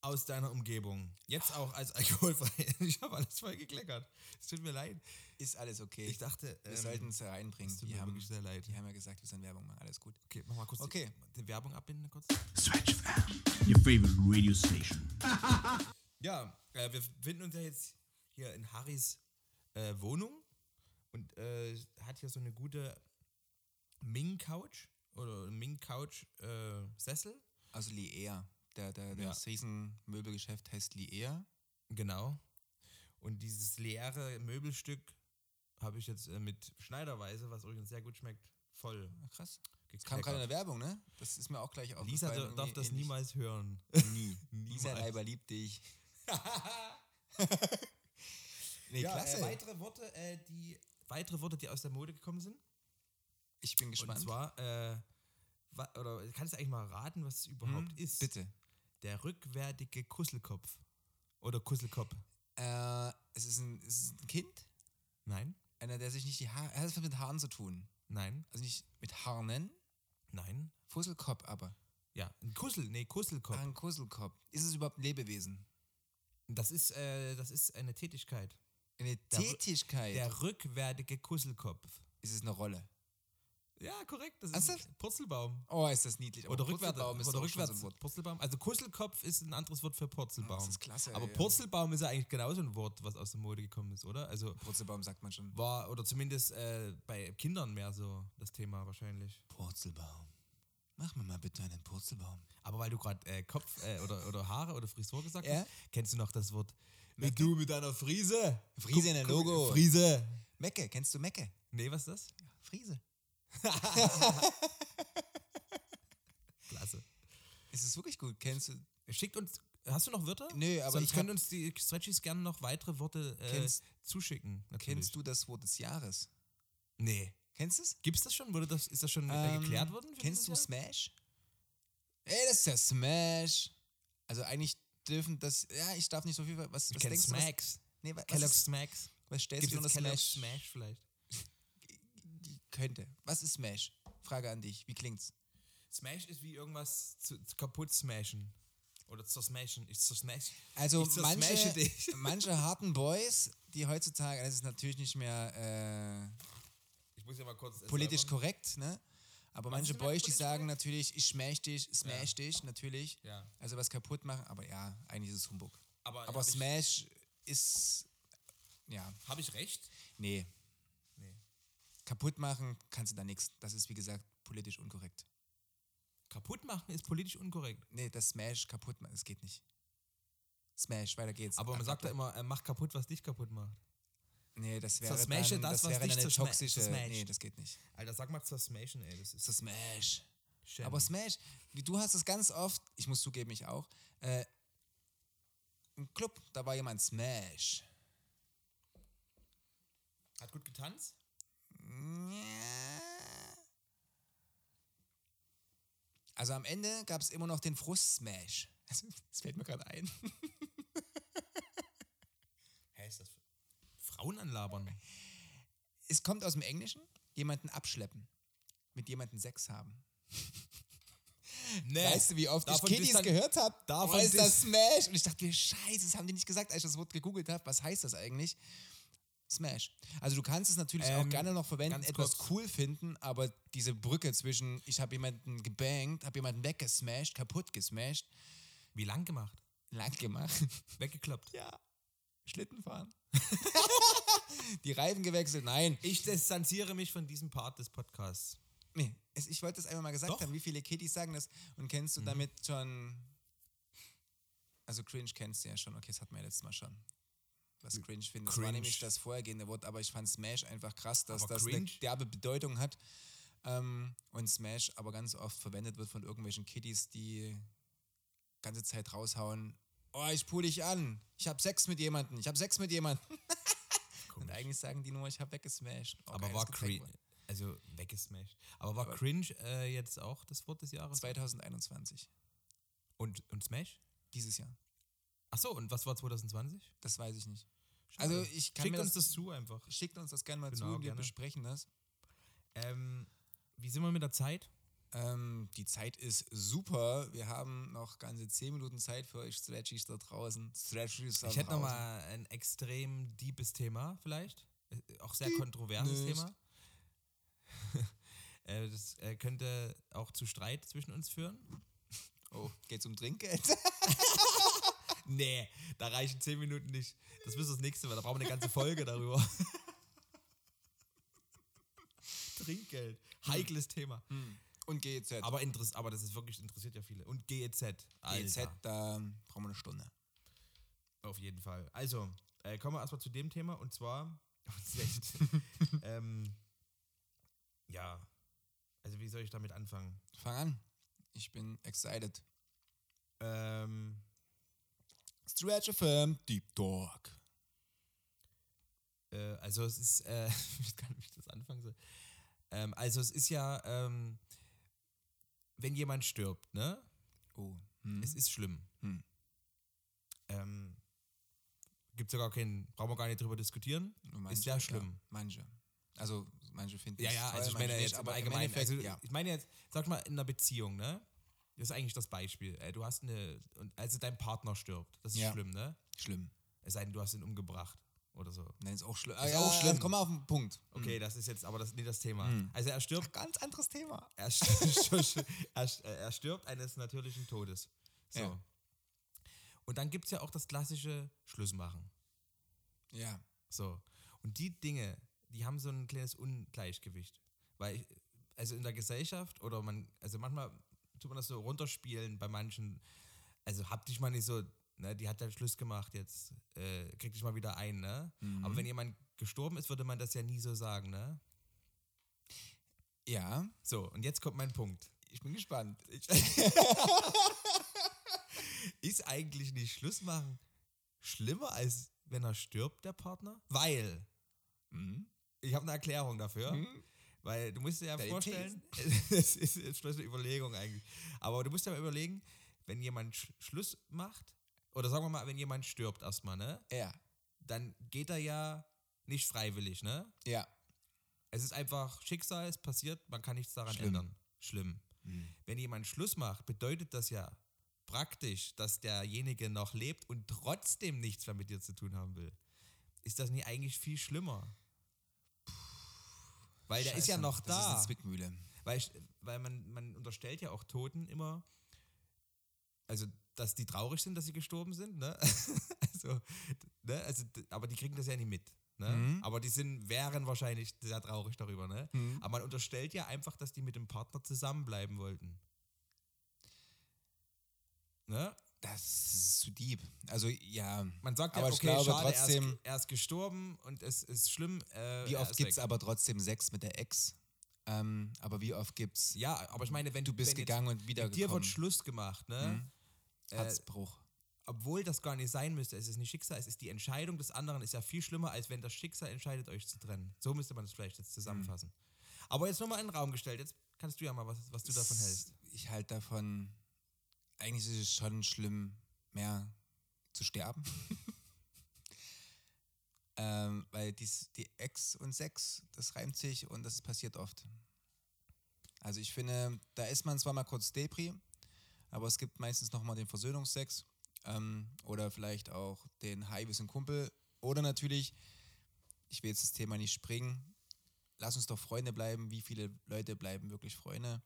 [SPEAKER 1] aus deiner Umgebung. Jetzt auch als alkoholfrei. Ich habe alles voll gekleckert. Es tut mir leid.
[SPEAKER 3] Ist alles okay. halt
[SPEAKER 1] Ich dachte,
[SPEAKER 3] wir
[SPEAKER 1] ähm,
[SPEAKER 3] sollten es reinbringen.
[SPEAKER 1] tut
[SPEAKER 3] Die
[SPEAKER 1] mir
[SPEAKER 3] haben,
[SPEAKER 1] wirklich sehr leid.
[SPEAKER 3] die haben ja gesagt, wir sollen Werbung machen. Alles gut.
[SPEAKER 1] Okay, mach mal kurz
[SPEAKER 3] Okay.
[SPEAKER 1] die, die Werbung abbinden kurz.
[SPEAKER 2] Stretch FM, your favorite radio station.
[SPEAKER 1] Ja, äh, wir finden uns ja jetzt hier in Harrys äh, Wohnung und äh, hat hier so eine gute Ming-Couch oder äh, Ming-Couch-Sessel.
[SPEAKER 3] Also Lier. Der, der, der
[SPEAKER 1] Ja.
[SPEAKER 3] Riesenmöbelgeschäft heißt E Lier.
[SPEAKER 1] genau. Und dieses leere Möbelstück habe ich jetzt äh, mit Schneiderweise, was übrigens sehr gut schmeckt, voll
[SPEAKER 3] Ah, Krass. Das kam gerade in
[SPEAKER 1] gekleckert.
[SPEAKER 3] der Werbung, ne? Das ist mir auch gleich aufgefallen.
[SPEAKER 1] Lisa darf- darf
[SPEAKER 3] irgendwie
[SPEAKER 1] das
[SPEAKER 3] ähnlich.
[SPEAKER 1] niemals hören.
[SPEAKER 3] Nie. Lisa
[SPEAKER 1] Niemals.
[SPEAKER 3] Reiber liebt dich. nee,
[SPEAKER 1] Ja,
[SPEAKER 3] klasse.
[SPEAKER 1] Äh, weitere Worte, äh, die weitere Worte, die aus der Mode gekommen sind.
[SPEAKER 3] ich bin gespannt.
[SPEAKER 1] Und zwar, äh, wa- oder kannst du eigentlich mal raten, was es überhaupt ist?
[SPEAKER 3] Mhm. Hm, Bitte.
[SPEAKER 1] Der rückwärtige Kusselkopf. Oder Kusselkopf.
[SPEAKER 3] Äh, es, ist ein, es ist ein Kind,
[SPEAKER 1] Nein,
[SPEAKER 3] einer, der sich nicht die Haare. Er hat was mit Haaren zu tun.
[SPEAKER 1] nein,
[SPEAKER 3] Also nicht mit Harnen,
[SPEAKER 1] nein.
[SPEAKER 3] Fusselkopf aber.
[SPEAKER 1] Ja, ein Kussel, nee, Kusselkopf.
[SPEAKER 3] Ah, ein Kusselkopf. Ist es überhaupt ein Lebewesen?
[SPEAKER 1] Das ist, äh, das ist eine Tätigkeit.
[SPEAKER 3] Eine
[SPEAKER 1] Der-
[SPEAKER 3] Tätigkeit.
[SPEAKER 1] Der rückwärtige Kusselkopf.
[SPEAKER 3] ist es eine Rolle?
[SPEAKER 1] Ja, korrekt. Das ist
[SPEAKER 3] Ernsthaft?
[SPEAKER 1] ein Purzelbaum.
[SPEAKER 3] Oh, ist das niedlich. Aber
[SPEAKER 1] Oder rückwärts.
[SPEAKER 3] Purzelbaum ist
[SPEAKER 1] Oder
[SPEAKER 3] doch schon
[SPEAKER 1] rückwärts.
[SPEAKER 3] So ein Wort.
[SPEAKER 1] Purzelbaum. Also Kusselkopf ist ein anderes Wort für Purzelbaum.
[SPEAKER 3] Das ist klasse.
[SPEAKER 1] Aber
[SPEAKER 3] ey.
[SPEAKER 1] Purzelbaum ist ja eigentlich genauso ein Wort, was aus der Mode gekommen ist, oder? Also
[SPEAKER 3] Purzelbaum sagt man schon.
[SPEAKER 1] war, oder zumindest äh, bei Kindern mehr so das Thema wahrscheinlich.
[SPEAKER 3] Purzelbaum. Mach mir mal bitte einen Purzelbaum.
[SPEAKER 1] Aber weil du gerade äh, Kopf äh, oder, oder Haare oder Frisur gesagt
[SPEAKER 3] Ja.
[SPEAKER 1] hast, kennst du noch das Wort wie du mit deiner Frise?
[SPEAKER 3] Äh, Friese in der
[SPEAKER 1] Guck- guck-
[SPEAKER 3] Logo.
[SPEAKER 1] Friese.
[SPEAKER 3] Mecke, kennst du Mecke?
[SPEAKER 1] Nee, was ist das?
[SPEAKER 3] Friese.
[SPEAKER 1] Klasse.
[SPEAKER 3] Ist es wirklich gut? Kennst du?
[SPEAKER 1] Schickt uns, hast du noch Wörter?
[SPEAKER 3] Nö, aber
[SPEAKER 1] Sonst
[SPEAKER 3] ich
[SPEAKER 1] können
[SPEAKER 3] hab-
[SPEAKER 1] uns die Stretchies gerne noch weitere Worte äh,
[SPEAKER 3] Kennst-
[SPEAKER 1] zuschicken. Natürlich.
[SPEAKER 3] Kennst du das Wort des Jahres?
[SPEAKER 1] Nee.
[SPEAKER 3] Kennst du es?
[SPEAKER 1] Gibt's das schon? Wurde das, ist das schon äh,
[SPEAKER 3] Ähm,
[SPEAKER 1] geklärt worden? für
[SPEAKER 3] Kennst du
[SPEAKER 1] dieses Jahr?
[SPEAKER 3] Smash? Ey, das ist ja Smash. Also eigentlich dürfen das. Ja, ich darf nicht so viel. Was,
[SPEAKER 1] Ich
[SPEAKER 3] was
[SPEAKER 1] kenn
[SPEAKER 3] denkst du? Was,
[SPEAKER 1] Smacks.
[SPEAKER 3] nee, wa- was,
[SPEAKER 1] Kellogg's
[SPEAKER 3] ist-
[SPEAKER 1] Smacks.
[SPEAKER 3] was stellst
[SPEAKER 1] Gibt
[SPEAKER 3] du unter
[SPEAKER 1] es Kellogg's
[SPEAKER 3] Smash?
[SPEAKER 1] Smash vielleicht?
[SPEAKER 3] Könnte. Was ist Smash? Frage an dich. Wie klingt's?
[SPEAKER 1] Smash ist wie irgendwas zu, zu kaputt smashen. Oder zersmashen. Ich zersmash.
[SPEAKER 3] Also
[SPEAKER 1] ich zersmashe
[SPEAKER 3] manche,
[SPEAKER 1] dich.
[SPEAKER 3] manche harten Boys, die heutzutage, das ist natürlich nicht mehr
[SPEAKER 1] Ich muss ja mal kurz.
[SPEAKER 3] äh, politisch
[SPEAKER 1] korrekt.
[SPEAKER 3] korrekt, ne? Aber
[SPEAKER 1] Was
[SPEAKER 3] manche
[SPEAKER 1] ist denn
[SPEAKER 3] Boys, die
[SPEAKER 1] halt politisch
[SPEAKER 3] sagen
[SPEAKER 1] korrekt?
[SPEAKER 3] natürlich, ich smash dich, smash dich, natürlich.
[SPEAKER 1] Ja.
[SPEAKER 3] Also was kaputt machen, aber ja, eigentlich ist es Humbug.
[SPEAKER 1] Aber,
[SPEAKER 3] Aber
[SPEAKER 1] hab ich,
[SPEAKER 3] Smash ist. Ja,
[SPEAKER 1] hab ich recht?
[SPEAKER 3] nee.
[SPEAKER 1] Nee.
[SPEAKER 3] Kaputt machen kannst du da nichts. Das ist, wie gesagt, politisch unkorrekt.
[SPEAKER 1] Kaputt machen ist politisch unkorrekt.
[SPEAKER 3] Nee, das Smash kaputt machen, das geht nicht. Smash, weiter geht's.
[SPEAKER 1] Aber man sagt ja
[SPEAKER 3] Abkacken.
[SPEAKER 1] immer, äh, mach kaputt, was dich kaputt macht.
[SPEAKER 3] Nee, das wäre
[SPEAKER 1] Zersmashe
[SPEAKER 3] dann,
[SPEAKER 1] das,
[SPEAKER 3] das,
[SPEAKER 1] was
[SPEAKER 3] wäre
[SPEAKER 1] dich
[SPEAKER 3] dann eine
[SPEAKER 1] zersma-
[SPEAKER 3] toxische.
[SPEAKER 1] zersmasht.
[SPEAKER 3] Nee, das geht nicht.
[SPEAKER 1] Alter, sag mal zersmashen, ey. Das ist
[SPEAKER 3] Smash.
[SPEAKER 1] Schämen.
[SPEAKER 3] Aber Smash, wie du hast es ganz oft, ich muss zugeben, ich auch, äh, im Club, da war jemand Smash.
[SPEAKER 1] Hat gut getanzt?
[SPEAKER 3] Also am Ende gab es immer noch den Frust-Smash. Also, Das fällt mir gerade ein.
[SPEAKER 1] Hä, ist das. Frauen anlabern.
[SPEAKER 3] Es kommt aus dem Englischen, jemanden abschleppen. Mit jemandem Sex haben.
[SPEAKER 1] Nee.
[SPEAKER 3] Weißt du, wie oft
[SPEAKER 1] Äh, davon
[SPEAKER 3] ich Kiddies
[SPEAKER 1] distan-
[SPEAKER 3] gehört habe?
[SPEAKER 1] davon
[SPEAKER 3] ist das
[SPEAKER 1] dis-
[SPEAKER 3] Smash? Und ich dachte mir, scheiße, das haben die nicht gesagt, als ich das Wort gegoogelt habe. Was heißt das eigentlich? Smash. Also du kannst es natürlich auch
[SPEAKER 1] Ähm,
[SPEAKER 3] gerne noch verwenden,
[SPEAKER 1] ganz
[SPEAKER 3] etwas
[SPEAKER 1] kurz.
[SPEAKER 3] cool finden, aber diese Brücke zwischen ich habe jemanden gebankt, habe jemanden weggesmashed, kaputt gesmashed,
[SPEAKER 1] Wie lang gemacht?
[SPEAKER 3] lang gemacht,
[SPEAKER 1] Weggeklappt.
[SPEAKER 3] ja, Schlitten fahren. die Reifen gewechselt, nein.
[SPEAKER 1] Ich distanziere mich von diesem Part des Podcasts.
[SPEAKER 3] Nee, es, ich wollte das einmal mal gesagt
[SPEAKER 1] Doch. Mhm.
[SPEAKER 3] haben, wie viele Kiddies sagen das und kennst du damit schon. Also cringe kennst du ja schon, okay, das hatten wir ja letztes Mal schon. Was cringe finde. Das war
[SPEAKER 1] Cringe.
[SPEAKER 3] nämlich das vorhergehende Wort, aber ich fand Smash einfach krass, dass
[SPEAKER 1] Aber
[SPEAKER 3] das eine
[SPEAKER 1] cringe?
[SPEAKER 3] derbe Bedeutung hat. Ähm, und Smash aber ganz oft verwendet wird von irgendwelchen Kiddies, die ganze Zeit raushauen. Oh, ich pull dich an. Ich hab Sex mit jemandem. Ich hab Sex mit jemandem. Und eigentlich sagen die nur, ich hab weggesmashed. Oh,
[SPEAKER 1] aber
[SPEAKER 3] geil,
[SPEAKER 1] war
[SPEAKER 3] das gefällt
[SPEAKER 1] cringe.
[SPEAKER 3] mir.
[SPEAKER 1] Also weggesmashed. Aber war cringe äh, jetzt auch das Wort des Jahres?
[SPEAKER 3] 2021.
[SPEAKER 1] Und, und Smash?
[SPEAKER 3] Dieses Jahr.
[SPEAKER 1] Achso, und was war 2020?
[SPEAKER 3] Das weiß ich nicht.
[SPEAKER 1] Schade.
[SPEAKER 3] Also ich kann
[SPEAKER 1] Schickt
[SPEAKER 3] mir
[SPEAKER 1] uns
[SPEAKER 3] das,
[SPEAKER 1] das zu einfach.
[SPEAKER 3] schickt uns das gerne mal
[SPEAKER 1] Genau,
[SPEAKER 3] zu und wir
[SPEAKER 1] gerne.
[SPEAKER 3] besprechen das.
[SPEAKER 1] Ähm, wie sind wir mit der Zeit?
[SPEAKER 3] Ähm, die Zeit ist super. Wir haben noch ganze 10 Minuten Zeit für euch Stretchies da draußen. Stretchies da
[SPEAKER 1] Ich hätte
[SPEAKER 3] draußen.
[SPEAKER 1] nochmal ein extrem deepes Thema vielleicht. Äh, Auch sehr kontroverses
[SPEAKER 3] Nicht.
[SPEAKER 1] Thema. äh, das äh, könnte auch zu Streit zwischen uns führen.
[SPEAKER 3] Oh, geht's um Trinkgeld?
[SPEAKER 1] Nee, da reichen 10 Minuten nicht. Das müssen wir das nächste Mal. Da brauchen wir eine ganze Folge darüber. Trinkgeld. Heikles Thema.
[SPEAKER 3] Und GEZ. Aber
[SPEAKER 1] Aber, interess aber das ist wirklich interessiert ja viele. Und E GEZ. Alter.
[SPEAKER 3] GEZ, da brauchen wir eine Stunde.
[SPEAKER 1] Auf jeden Fall. Also, äh, kommen wir erstmal zu dem Thema und zwar. ähm, ja. Also, wie soll ich damit anfangen?
[SPEAKER 3] Fang an. Ich bin excited.
[SPEAKER 1] Ähm,
[SPEAKER 3] Stretch FM Deep Talk.
[SPEAKER 1] äh, also, es ist. Äh, wie kann ich das anfangen? soll? Ähm, also, es ist ja. Ähm, wenn jemand stirbt, ne?
[SPEAKER 3] Oh. Hm.
[SPEAKER 1] Es ist schlimm.
[SPEAKER 3] Hm.
[SPEAKER 1] Ähm, gibt sogar keinen. Brauchen wir gar nicht drüber diskutieren.
[SPEAKER 3] Nur manche,
[SPEAKER 1] ist ja schlimm.
[SPEAKER 3] Manche. Also manche finden
[SPEAKER 1] Ja,
[SPEAKER 3] es
[SPEAKER 1] ja,
[SPEAKER 3] toll,
[SPEAKER 1] also ich
[SPEAKER 3] manche
[SPEAKER 1] meine
[SPEAKER 3] nicht,
[SPEAKER 1] jetzt im
[SPEAKER 3] aber im
[SPEAKER 1] Allgemeinen.
[SPEAKER 3] Endeffekt,
[SPEAKER 1] Also
[SPEAKER 3] ja.
[SPEAKER 1] ich meine jetzt, sag mal, in einer Beziehung, ne? Das ist eigentlich das Beispiel. Äh, Du hast eine, und also dein Partner stirbt. Das ist
[SPEAKER 3] Ja.
[SPEAKER 1] schlimm, ne?
[SPEAKER 3] Schlimm.
[SPEAKER 1] Es sei denn, du hast ihn umgebracht oder so.
[SPEAKER 3] Nein, ist auch schlimm.
[SPEAKER 1] Ist
[SPEAKER 3] ja,
[SPEAKER 1] auch schlimm.
[SPEAKER 3] Komm mal auf den Punkt.
[SPEAKER 1] Okay, das ist jetzt aber das, nicht das Thema.
[SPEAKER 3] Hm.
[SPEAKER 1] Also er stirbt,
[SPEAKER 3] Ganz anderes Thema.
[SPEAKER 1] er, st- er, st- er stirbt eines natürlichen Todes. So.
[SPEAKER 3] Ja.
[SPEAKER 1] Und dann gibt es ja auch das klassische Schlussmachen.
[SPEAKER 3] Ja.
[SPEAKER 1] So. Und die Dinge, die haben so ein kleines Ungleichgewicht. Weil, ich, also in der Gesellschaft oder man, also manchmal tut man das so runterspielen bei manchen. Also hab dich mal nicht so, ne, die hat ja Schluss gemacht, jetzt äh, krieg dich mal wieder ein, ne? Aber wenn jemand gestorben ist, würde man das ja nie so sagen, ne?
[SPEAKER 3] Ja,
[SPEAKER 1] So, und jetzt kommt mein Punkt.
[SPEAKER 3] ich bin gespannt.
[SPEAKER 1] Ist eigentlich nicht Schluss machen schlimmer, als wenn er stirbt, der Partner? Weil, hm,
[SPEAKER 3] Mhm.
[SPEAKER 1] ich habe eine Erklärung dafür. Weil du musst dir ja
[SPEAKER 3] Deine
[SPEAKER 1] vorstellen, es ist jetzt bloß eine Überlegung eigentlich. Aber du musst dir mal überlegen, wenn jemand Sch Schluss macht, oder sagen wir mal, wenn jemand stirbt erstmal, ne?
[SPEAKER 3] Ja.
[SPEAKER 1] Dann geht er ja nicht freiwillig, ne?
[SPEAKER 3] Ja.
[SPEAKER 1] Es ist einfach Schicksal, es passiert, man kann nichts daran
[SPEAKER 3] Schlimm. Mhm.
[SPEAKER 1] ändern. Schlimm. Wenn jemand Schluss macht, bedeutet das ja praktisch, dass derjenige noch lebt und trotzdem nichts mehr mit dir zu tun haben will. Ist das nicht eigentlich viel schlimmer? Weil der ist ja
[SPEAKER 3] Scheiße,
[SPEAKER 1] noch
[SPEAKER 3] Das ist
[SPEAKER 1] da.
[SPEAKER 3] eine Zwickmühle.
[SPEAKER 1] Weil, ich, weil man, man unterstellt ja auch Toten immer, also dass die traurig sind, dass sie gestorben sind, ne? also, ne? also, d- aber die kriegen das ja nicht mit. Ne?
[SPEAKER 3] Mhm.
[SPEAKER 1] Aber die sind, wären wahrscheinlich sehr traurig darüber, ne?
[SPEAKER 3] Mhm.
[SPEAKER 1] Aber man unterstellt ja einfach, dass die mit dem Partner zusammenbleiben wollten. Ne?
[SPEAKER 3] Das ist zu deep. Also ja.
[SPEAKER 1] Man sagt
[SPEAKER 3] Aber
[SPEAKER 1] ja,
[SPEAKER 3] ich
[SPEAKER 1] okay,
[SPEAKER 3] glaube
[SPEAKER 1] schade, er,
[SPEAKER 3] trotzdem-
[SPEAKER 1] ist, er ist gestorben und es ist schlimm. Äh,
[SPEAKER 3] Wie
[SPEAKER 1] er
[SPEAKER 3] oft
[SPEAKER 1] ist
[SPEAKER 3] gibt es
[SPEAKER 1] weg.
[SPEAKER 3] aber trotzdem Sex mit der Ex? Ähm, aber wie oft gibt's
[SPEAKER 1] Ja, aber ich meine, wenn
[SPEAKER 3] du bist
[SPEAKER 1] wenn jetzt
[SPEAKER 3] gegangen und
[SPEAKER 1] mit dir wird
[SPEAKER 3] wiedergekommen?
[SPEAKER 1] Schluss gemacht, ne?
[SPEAKER 3] Mhm. Herzbruch.
[SPEAKER 1] obwohl das gar nicht sein müsste, es ist nicht Schicksal, es ist die Entscheidung des anderen, ist ja viel schlimmer, als wenn das Schicksal entscheidet, euch zu trennen. So müsste man es vielleicht jetzt zusammenfassen. Aber jetzt nochmal in den Raum gestellt, jetzt kannst du ja mal, was, was du davon
[SPEAKER 3] S-
[SPEAKER 1] hältst.
[SPEAKER 3] Ich halte davon, eigentlich ist es schon schlimm, mehr zu sterben. ähm, weil dies, die Ex und Sex, das reimt sich und das passiert oft. Also ich finde, da ist man zwar mal kurz Depri, aber es gibt meistens nochmal den Versöhnungsex ähm, oder vielleicht auch den Hi, wir sind Kumpel. Oder natürlich, ich will jetzt das Thema nicht springen, lass uns doch Freunde bleiben. Wie viele Leute bleiben wirklich Freunde?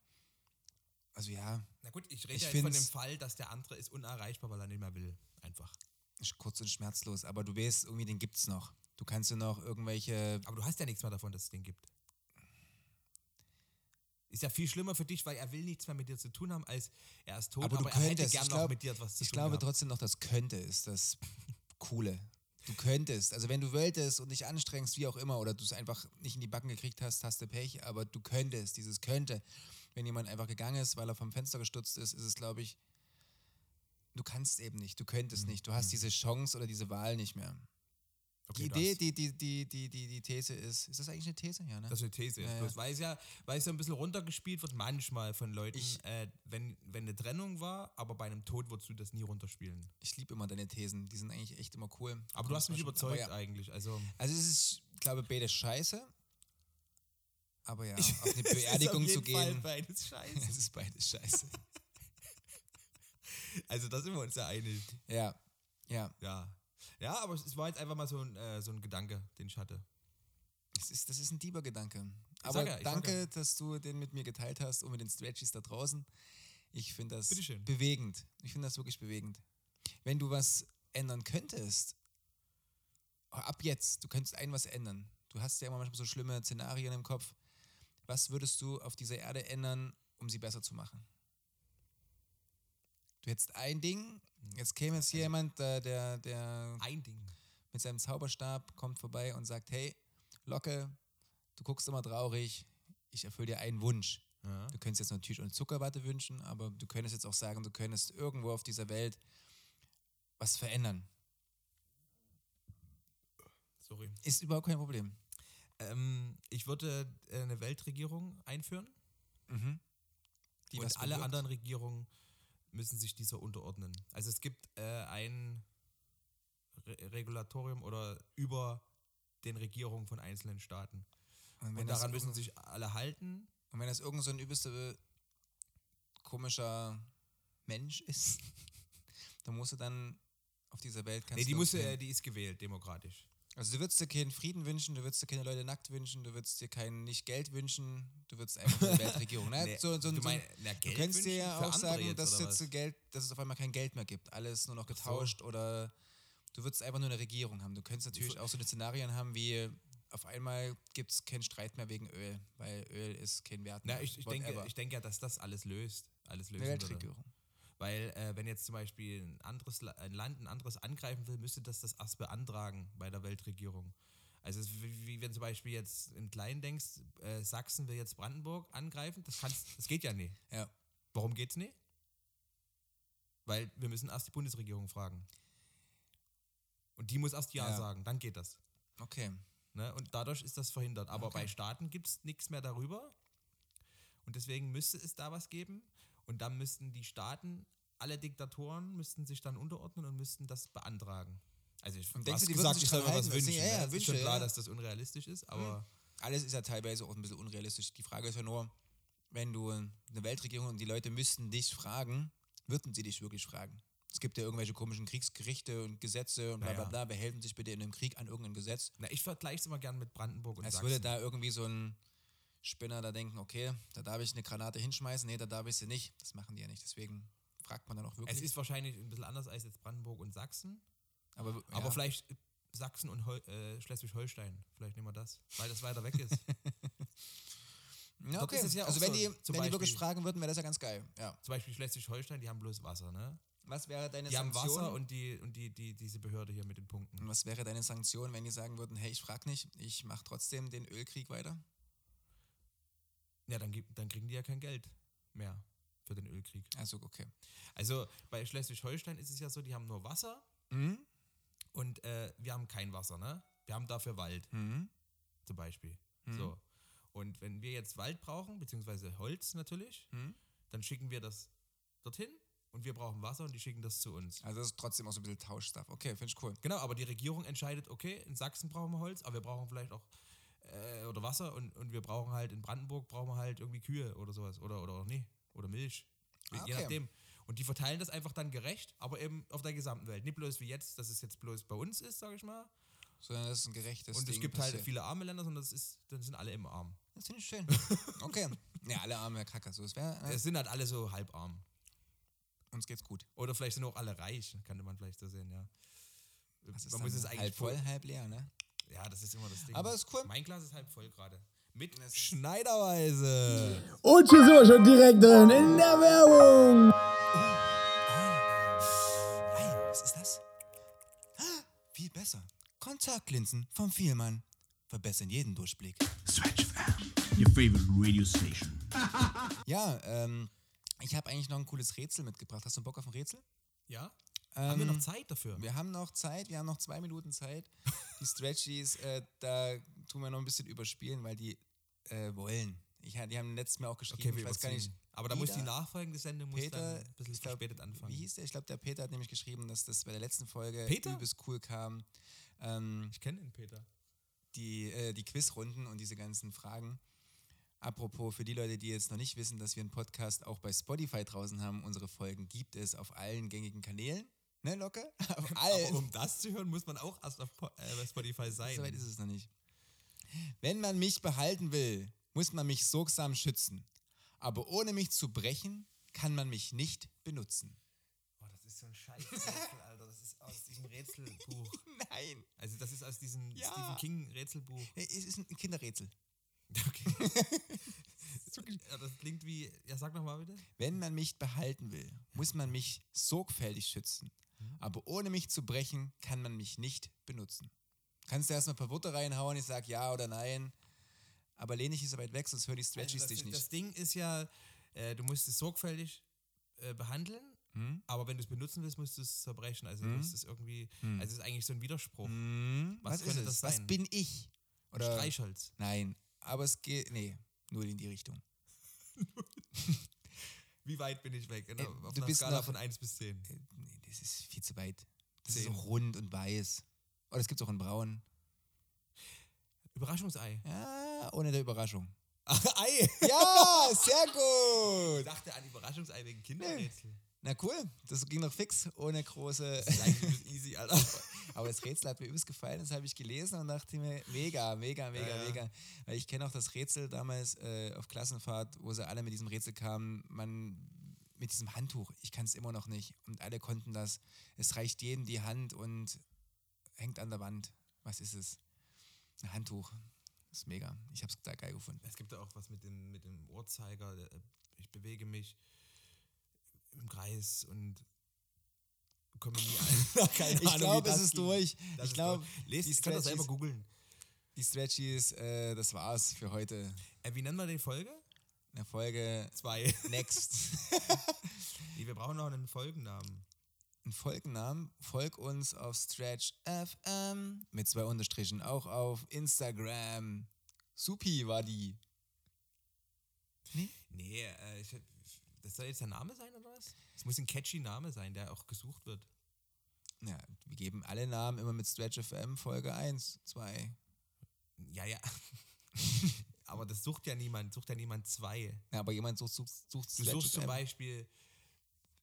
[SPEAKER 3] Also ja,
[SPEAKER 1] Na gut, ich
[SPEAKER 3] Ich
[SPEAKER 1] rede ja jetzt von dem
[SPEAKER 3] find's-
[SPEAKER 1] Fall, dass der andere ist unerreichbar, weil er nicht mehr will. Einfach.
[SPEAKER 3] ist kurz und schmerzlos, aber du weißt, irgendwie den gibt's noch. Du kannst ja noch irgendwelche.
[SPEAKER 1] Aber du hast ja nichts mehr davon, dass es den gibt. Ist ja viel schlimmer für dich, weil er will nichts mehr mit dir zu tun haben, als er ist tot,
[SPEAKER 3] Aber
[SPEAKER 1] aber,
[SPEAKER 3] du
[SPEAKER 1] er hätte
[SPEAKER 3] könntest,
[SPEAKER 1] gern
[SPEAKER 3] ich
[SPEAKER 1] noch
[SPEAKER 3] glaub-
[SPEAKER 1] mit dir etwas zu
[SPEAKER 3] Ich
[SPEAKER 1] tun
[SPEAKER 3] glaube
[SPEAKER 1] gehabt.
[SPEAKER 3] trotzdem noch, das könnte ist das Coole. Du könntest, also wenn du wolltest und dich anstrengst, wie auch immer, oder du es einfach nicht in die Backen gekriegt hast, hast du Pech, aber du könntest, dieses könnte. Wenn jemand einfach gegangen ist, weil er vom Fenster gestürzt ist, ist es, glaube ich, du kannst eben nicht, du
[SPEAKER 1] Mhm.
[SPEAKER 3] könntest nicht, du hast diese Chance oder diese Wahl nicht mehr.
[SPEAKER 1] Okay,
[SPEAKER 3] die
[SPEAKER 1] du
[SPEAKER 3] Idee,
[SPEAKER 1] hast-
[SPEAKER 3] die, die, die, die, die, die These ist, ist das eigentlich eine These? Ja, ne?
[SPEAKER 1] Das ist eine These.
[SPEAKER 3] Ja, ja.
[SPEAKER 1] Bloß weil es ja, weil es ja ein bisschen runtergespielt wird, manchmal von Leuten,
[SPEAKER 3] Ich-
[SPEAKER 1] äh, wenn, wenn eine Trennung war, aber bei einem Tod würdest du das nie runterspielen.
[SPEAKER 3] Ich liebe immer deine Thesen, die sind eigentlich echt immer cool.
[SPEAKER 1] Aber du hast mich
[SPEAKER 3] Aber
[SPEAKER 1] überzeugt
[SPEAKER 3] ja.
[SPEAKER 1] eigentlich. Also,
[SPEAKER 3] Also es ist, ich glaube, beide scheiße. Aber ja, auf eine Beerdigung zu gehen,
[SPEAKER 1] beides scheiße.
[SPEAKER 3] es ist beides scheiße.
[SPEAKER 1] Also da sind wir uns ja einig.
[SPEAKER 3] ja, ja.
[SPEAKER 1] Ja. Ja, aber es es war jetzt einfach mal so ein, äh, so ein Gedanke, den ich hatte.
[SPEAKER 3] Es ist, das ist ein lieber Gedanke.
[SPEAKER 1] sag
[SPEAKER 3] Aber
[SPEAKER 1] ja, ich sag
[SPEAKER 3] danke,
[SPEAKER 1] ja.
[SPEAKER 3] dass du den mit mir geteilt hast und mit den Stretchies da draußen. Ich finde das
[SPEAKER 1] Bitteschön.
[SPEAKER 3] bewegend. Ich finde das wirklich bewegend. wenn du was ändern könntest, ab jetzt, du könntest ein was ändern. Du hast ja immer manchmal so schlimme Szenarien im Kopf. Was würdest du auf dieser Erde ändern, um sie besser zu machen? Du hättest ein Ding,
[SPEAKER 1] Hm.
[SPEAKER 3] jetzt käme
[SPEAKER 1] Also
[SPEAKER 3] jetzt hier jemand, der, der, der
[SPEAKER 1] Ein Ding.
[SPEAKER 3] mit seinem Zauberstab kommt vorbei und sagt, hey, Locke, du guckst immer traurig, ich erfülle dir einen Wunsch.
[SPEAKER 1] Ja.
[SPEAKER 3] Du könntest jetzt natürlich eine Zuckerwatte wünschen, aber du könntest jetzt auch sagen, du könntest irgendwo auf dieser Welt was verändern.
[SPEAKER 1] Sorry.
[SPEAKER 3] Ist überhaupt kein Problem.
[SPEAKER 1] Ähm, ich würde äh, eine Weltregierung einführen
[SPEAKER 3] Die
[SPEAKER 1] Mhm. und
[SPEAKER 3] was
[SPEAKER 1] alle
[SPEAKER 3] bewirkt.
[SPEAKER 1] anderen Regierungen müssen sich dieser unterordnen. Also es gibt äh, ein Re Regulatorium oder über den Regierungen von einzelnen Staaten.
[SPEAKER 3] Und, wenn
[SPEAKER 1] Und
[SPEAKER 3] das
[SPEAKER 1] daran müssen
[SPEAKER 3] irgend-
[SPEAKER 1] sich alle halten.
[SPEAKER 3] Und wenn das irgend so ein übelster äh, komischer Mensch ist, dann musst du dann auf dieser Welt kannst
[SPEAKER 1] Nee, die,
[SPEAKER 3] du
[SPEAKER 1] muss, äh,
[SPEAKER 3] keinen-
[SPEAKER 1] die ist gewählt, demokratisch.
[SPEAKER 3] Also du würdest dir keinen Frieden wünschen, du würdest dir keine Leute nackt wünschen, du würdest dir kein nicht Geld wünschen, du würdest einfach eine Weltregierung. Ne?
[SPEAKER 1] Nee,
[SPEAKER 3] so, so,
[SPEAKER 1] du
[SPEAKER 3] so,
[SPEAKER 1] mein- na, Geld
[SPEAKER 3] du kannst dir
[SPEAKER 1] wünschen
[SPEAKER 3] ja
[SPEAKER 1] für
[SPEAKER 3] auch
[SPEAKER 1] andere
[SPEAKER 3] sagen,
[SPEAKER 1] jetzt,
[SPEAKER 3] dass,
[SPEAKER 1] oder
[SPEAKER 3] jetzt
[SPEAKER 1] was?
[SPEAKER 3] Geld, dass es auf einmal kein Geld mehr gibt. Alles nur noch
[SPEAKER 1] so.
[SPEAKER 3] getauscht oder du würdest einfach nur eine Regierung haben. Du könntest natürlich auch so eine Szenarien haben wie auf einmal gibt es keinen Streit mehr wegen Öl, weil Öl ist kein Wert mehr.
[SPEAKER 1] Na, ich, ich, denke,
[SPEAKER 3] Whatever.
[SPEAKER 1] ich denke ja, dass das alles löst. Alles lösen
[SPEAKER 3] eine
[SPEAKER 1] würde.
[SPEAKER 3] Weltregierung.
[SPEAKER 1] Weil, äh, wenn jetzt zum Beispiel ein anderes La- ein Land ein anderes angreifen will, müsste das das erst beantragen bei der Weltregierung. Also, es ist wie, wie wenn zum Beispiel jetzt im Kleinen denkst, äh, Sachsen will jetzt Brandenburg angreifen, das, kannst, das geht ja nicht.
[SPEAKER 3] Ja.
[SPEAKER 1] Warum geht's nicht? Weil wir müssen erst die Bundesregierung fragen. Und die muss erst Ja,
[SPEAKER 3] Ja.
[SPEAKER 1] sagen, dann geht das.
[SPEAKER 3] Okay.
[SPEAKER 1] Ne? Und dadurch ist das verhindert. Aber bei Staaten gibt es nichts mehr darüber. Und deswegen müsste es da was geben. Und dann müssten die Staaten, alle Diktatoren, müssten sich dann unterordnen und müssten das beantragen. Also ich
[SPEAKER 3] Und
[SPEAKER 1] was
[SPEAKER 3] denkst du, die würden sich
[SPEAKER 1] ich soll
[SPEAKER 3] dran
[SPEAKER 1] mir was
[SPEAKER 3] halten? Das
[SPEAKER 1] wünschen.
[SPEAKER 3] Ding, ja,
[SPEAKER 1] ne?
[SPEAKER 3] ja,
[SPEAKER 1] Es ist
[SPEAKER 3] Wünsche,
[SPEAKER 1] schon klar,
[SPEAKER 3] ja. Hm.
[SPEAKER 1] dass das unrealistisch ist, aber
[SPEAKER 3] alles ist ja teilweise auch ein bisschen unrealistisch. Die Frage ist ja nur, wenn du eine Weltregierung und die Leute müssten dich fragen, würden sie dich wirklich fragen? Es gibt ja irgendwelche komischen Kriegsgerichte und Gesetze und bla bla
[SPEAKER 1] Naja.
[SPEAKER 3] bla. Wer hält sich bitte in einem Krieg an irgendein Gesetz?
[SPEAKER 1] na, ich vergleiche es immer gern mit Brandenburg und
[SPEAKER 3] Als
[SPEAKER 1] Sachsen.
[SPEAKER 3] würde da irgendwie so ein Spinner da denken, okay, da darf ich eine Granate hinschmeißen, nee, da darf ich sie nicht. Das machen die ja nicht. Deswegen fragt man dann auch wirklich.
[SPEAKER 1] es ist wahrscheinlich ein bisschen anders als jetzt Brandenburg und Sachsen.
[SPEAKER 3] aber, ja.
[SPEAKER 1] Aber vielleicht Sachsen und Hol äh, Schleswig-Holstein. Vielleicht nehmen wir das, weil das weiter weg ist.
[SPEAKER 3] ja,
[SPEAKER 1] dort
[SPEAKER 3] okay.
[SPEAKER 1] ist es ja auch
[SPEAKER 3] also wenn,
[SPEAKER 1] so,
[SPEAKER 3] die,
[SPEAKER 1] zum
[SPEAKER 3] wenn die wirklich
[SPEAKER 1] Beispiel-
[SPEAKER 3] fragen würden, wäre das ja ganz geil. Ja.
[SPEAKER 1] Zum Beispiel Schleswig-Holstein, die haben bloß Wasser, ne?
[SPEAKER 3] Was wäre deine
[SPEAKER 1] Die haben
[SPEAKER 3] Sanktion?
[SPEAKER 1] Wasser und die und die, die diese Behörde hier mit den Punkten.
[SPEAKER 3] Und was wäre deine Sanktion, wenn die sagen würden, hey, ich frag nicht, ich mache trotzdem den Ölkrieg weiter?
[SPEAKER 1] Ja, dann, gibt- dann kriegen die ja kein Geld mehr für den Ölkrieg.
[SPEAKER 3] Also, okay.
[SPEAKER 1] Also bei Schleswig-Holstein ist es ja so, die haben nur Wasser Hm?
[SPEAKER 3] Mhm.
[SPEAKER 1] und äh, wir haben kein Wasser, ne? Wir haben dafür Wald
[SPEAKER 3] Mhm.
[SPEAKER 1] zum Beispiel. So. Und wenn wir jetzt Wald brauchen, beziehungsweise Holz natürlich,
[SPEAKER 3] Mhm.
[SPEAKER 1] dann schicken wir das dorthin und wir brauchen Wasser und die schicken das zu uns.
[SPEAKER 3] Also das ist trotzdem auch so ein bisschen Tauschstuff. Okay, finde ich cool.
[SPEAKER 1] Genau, aber die Regierung entscheidet, okay, in Sachsen brauchen wir Holz, aber wir brauchen vielleicht auch äh, oder Wasser und, und wir brauchen halt in Brandenburg brauchen wir halt irgendwie Kühe oder sowas oder oder auch nee, oder Milch.
[SPEAKER 3] Ah,
[SPEAKER 1] Je
[SPEAKER 3] okay.
[SPEAKER 1] nachdem. Und die verteilen das einfach dann gerecht, aber eben auf der gesamten Welt. Nicht bloß wie jetzt, dass es jetzt bloß bei uns ist, sage ich mal.
[SPEAKER 3] Sondern das ist ein gerechtes
[SPEAKER 1] und
[SPEAKER 3] Ding.
[SPEAKER 1] es gibt halt
[SPEAKER 3] passiert.
[SPEAKER 1] viele arme Länder, sondern das ist, dann sind alle im Arm.
[SPEAKER 3] Das finde ich schön. okay. Ja, alle arme Kacker. So, es wäre, äh,
[SPEAKER 1] Es sind halt alle so halbarm.
[SPEAKER 3] uns geht's gut.
[SPEAKER 1] Oder vielleicht sind auch alle reich, könnte man vielleicht so sehen, ja.
[SPEAKER 3] Das ist
[SPEAKER 1] man muss
[SPEAKER 3] dann
[SPEAKER 1] es eigentlich
[SPEAKER 3] halb voll,
[SPEAKER 1] voll-
[SPEAKER 3] halb leer, ne?
[SPEAKER 1] Ja, das ist immer das Ding.
[SPEAKER 3] Aber ist cool.
[SPEAKER 1] Mein Glas ist halb voll gerade. Mit
[SPEAKER 3] Das ist-
[SPEAKER 1] Schneiderweise.
[SPEAKER 4] Und schon sind wir schon direkt drin in der Werbung.
[SPEAKER 3] Ei, was ist das? Ah, Viel besser. Kontaktlinsen vom Vielmann verbessern jeden Durchblick.
[SPEAKER 2] Stretch FM, your favorite radio station.
[SPEAKER 3] Ja, ähm, ich habe eigentlich noch ein cooles Rätsel mitgebracht. Hast du Bock auf ein Rätsel?
[SPEAKER 1] Ja?
[SPEAKER 3] Ähm,
[SPEAKER 1] Haben wir noch Zeit dafür?
[SPEAKER 3] Wir haben noch Zeit, wir haben noch zwei Minuten Zeit. Die Stretchies, äh, da tun wir noch ein bisschen überspielen, weil die äh, wollen. Ich, ha- die haben letztes Mal auch geschrieben, ich weiß gar nicht.
[SPEAKER 1] Aber da
[SPEAKER 3] wie
[SPEAKER 1] muss
[SPEAKER 3] da-
[SPEAKER 1] die nachfolgende Sendung muss
[SPEAKER 3] Peter,
[SPEAKER 1] dann ein bisschen
[SPEAKER 3] ich glaub,
[SPEAKER 1] verspätet anfangen.
[SPEAKER 3] Wie hieß der? Ich glaube, der Peter hat nämlich geschrieben, dass das bei der letzten Folge
[SPEAKER 1] Peter?
[SPEAKER 3] übelst cool kam. Ähm,
[SPEAKER 1] Ich kenne den Peter.
[SPEAKER 3] die, äh, die Quizrunden und diese ganzen Fragen. Apropos, für die Leute, die jetzt noch nicht wissen, dass wir einen Podcast auch bei Spotify draußen haben, unsere Folgen gibt es auf allen gängigen Kanälen. Ne, Locke? Auf allen.
[SPEAKER 1] Aber um das zu hören, muss man auch erst auf Po- äh, bei Spotify sein.
[SPEAKER 3] Soweit ist es noch nicht. Wenn man mich behalten will, muss man mich sorgsam schützen. Aber ohne mich zu brechen, kann man mich nicht benutzen.
[SPEAKER 1] Boah, das ist so ein Scheiß-Rätsel, Alter. Das ist aus diesem Rätselbuch.
[SPEAKER 3] Nein.
[SPEAKER 1] Also das ist aus diesem
[SPEAKER 3] Ja.
[SPEAKER 1] Stephen King-Rätselbuch.
[SPEAKER 3] Nee, Es ist ein Kinderrätsel.
[SPEAKER 1] Okay. ja, das klingt wie, ja sag nochmal bitte.
[SPEAKER 3] Wenn man mich behalten will, muss man mich sorgfältig schützen.
[SPEAKER 1] Mhm.
[SPEAKER 3] Aber ohne mich zu brechen, kann man mich nicht benutzen. Kannst du erstmal ein paar Worte reinhauen, ich sag ja oder nein. Aber lehne ich nicht so weit weg, sonst hören die
[SPEAKER 1] Also
[SPEAKER 3] Stretchies
[SPEAKER 1] das,
[SPEAKER 3] dich nicht.
[SPEAKER 1] das Ding ist ja, äh, du musst es sorgfältig äh, behandeln,
[SPEAKER 3] Hm?
[SPEAKER 1] aber wenn du es benutzen willst, musst du es zerbrechen. Also du musst es irgendwie, also es ist eigentlich so ein Widerspruch.
[SPEAKER 3] Hm,
[SPEAKER 1] Was
[SPEAKER 3] Was, ist
[SPEAKER 1] könnte
[SPEAKER 3] es?
[SPEAKER 1] das sein?
[SPEAKER 3] Was bin ich? Oder
[SPEAKER 1] Streichholz.
[SPEAKER 3] Nein, aber es geht. Nee, nur in die Richtung.
[SPEAKER 1] Wie weit bin ich weg? In,
[SPEAKER 3] Äh,
[SPEAKER 1] auf
[SPEAKER 3] du
[SPEAKER 1] einer
[SPEAKER 3] bist
[SPEAKER 1] Skala
[SPEAKER 3] noch-
[SPEAKER 1] von 1 bis 10.
[SPEAKER 3] Äh, Nee, das ist viel zu weit. Das ist
[SPEAKER 1] Zehn.
[SPEAKER 3] so rund und weiß. Oder es gibt es auch in Braun.
[SPEAKER 1] Überraschungsei.
[SPEAKER 3] Ja, ohne der Überraschung.
[SPEAKER 1] Ei!
[SPEAKER 3] Ja, sehr gut.
[SPEAKER 1] Ich dachte an Überraschungsei wegen Kinderrätsel.
[SPEAKER 3] Na cool, das ging noch fix, ohne große.
[SPEAKER 1] Das ist eigentlich easy, Alter.
[SPEAKER 3] Aber das Rätsel hat mir übelst gefallen, das habe ich gelesen und dachte mir, mega, mega, mega,
[SPEAKER 1] Ja, ja.
[SPEAKER 3] mega. Weil ich kenne auch das Rätsel damals äh, auf Klassenfahrt, wo sie alle mit diesem Rätsel kamen, man mit diesem Handtuch, ich kann es immer noch nicht. Und alle konnten das. Es reicht jedem die Hand und hängt an der Wand. Was ist es? Ein Handtuch. Das ist mega. Ich habe es da geil gefunden.
[SPEAKER 1] Es gibt ja auch was mit dem, mit dem Uhrzeiger. der, äh, Ich bewege mich im Kreis und komme nie an. Keine
[SPEAKER 3] Ich glaube,
[SPEAKER 1] wie das
[SPEAKER 3] es ist
[SPEAKER 1] ging.
[SPEAKER 3] durch.
[SPEAKER 1] Das
[SPEAKER 3] ich
[SPEAKER 1] ist
[SPEAKER 3] glaube,
[SPEAKER 1] durch. lest,
[SPEAKER 3] die
[SPEAKER 1] ich kann das selber
[SPEAKER 3] Stretchies,
[SPEAKER 1] googeln.
[SPEAKER 3] die Stretchies äh, das war's für heute.
[SPEAKER 1] Äh, wie nennen wir die Folge?
[SPEAKER 3] Eine Folge
[SPEAKER 1] Zwei.
[SPEAKER 3] Next.
[SPEAKER 1] nee, wir brauchen noch einen Folgennamen.
[SPEAKER 3] einen Folgennamen, folg uns auf Stretch FM mit zwei Unterstrichen auch auf Instagram. Supi war die.
[SPEAKER 1] Nee, äh, ich, hab- das soll jetzt der Name sein oder was? Es muss ein catchy Name sein, der auch gesucht wird.
[SPEAKER 3] Ja, wir geben alle Namen immer mit Stretch FM Folge 1, 2.
[SPEAKER 1] Ja, ja. Aber das sucht ja niemand, sucht ja niemand zwei.
[SPEAKER 3] Ja, aber jemand sucht, sucht, sucht
[SPEAKER 1] Du
[SPEAKER 3] Stretch
[SPEAKER 1] suchst zum
[SPEAKER 3] FM.
[SPEAKER 1] Beispiel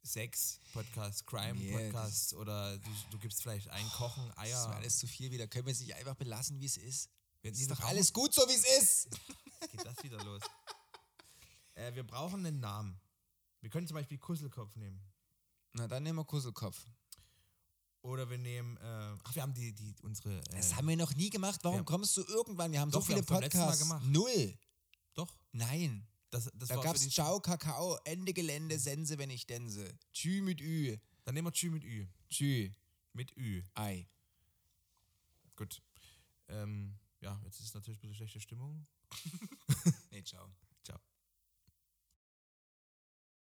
[SPEAKER 1] Sex, Podcast, Crime,
[SPEAKER 3] Nee,
[SPEAKER 1] Podcast oder du, du gibst vielleicht ein Kochen,
[SPEAKER 3] Das ist mir
[SPEAKER 1] Eier.
[SPEAKER 3] alles zu viel wieder. Können wir es nicht einfach belassen, wie es ist?
[SPEAKER 1] Wenn
[SPEAKER 3] Es
[SPEAKER 1] die
[SPEAKER 3] ist doch
[SPEAKER 1] brauchen-
[SPEAKER 3] alles gut, so wie es ist.
[SPEAKER 1] Geht das wieder los? äh, wir brauchen einen Namen. Wir können zum Beispiel Kusselkopf nehmen.
[SPEAKER 3] Na, dann nehmen wir Kusselkopf.
[SPEAKER 1] Oder wir nehmen, äh, ach, wir haben die, die unsere. Äh,
[SPEAKER 3] Das haben wir noch nie gemacht. Warum
[SPEAKER 1] ja.
[SPEAKER 3] kommst du irgendwann? Wir haben
[SPEAKER 1] Doch,
[SPEAKER 3] so
[SPEAKER 1] wir
[SPEAKER 3] viele
[SPEAKER 1] haben's beim letzten Mal
[SPEAKER 3] Podcasts.
[SPEAKER 1] gemacht.
[SPEAKER 3] Null.
[SPEAKER 1] doch.
[SPEAKER 3] Nein.
[SPEAKER 1] Das, das
[SPEAKER 3] Da
[SPEAKER 1] war
[SPEAKER 3] gab
[SPEAKER 1] für
[SPEAKER 3] es
[SPEAKER 1] die-
[SPEAKER 3] Ciao, Kakao, Ende Gelände, Sense, wenn ich dense. Tschü mit Ü.
[SPEAKER 1] Dann nehmen wir Tschü mit Ü.
[SPEAKER 3] Tschü,
[SPEAKER 1] Mit Ü.
[SPEAKER 3] Ei.
[SPEAKER 1] Gut. Ähm, ja, jetzt ist natürlich ein bisschen schlechte Stimmung.
[SPEAKER 3] Nee, ciao.
[SPEAKER 1] Ciao.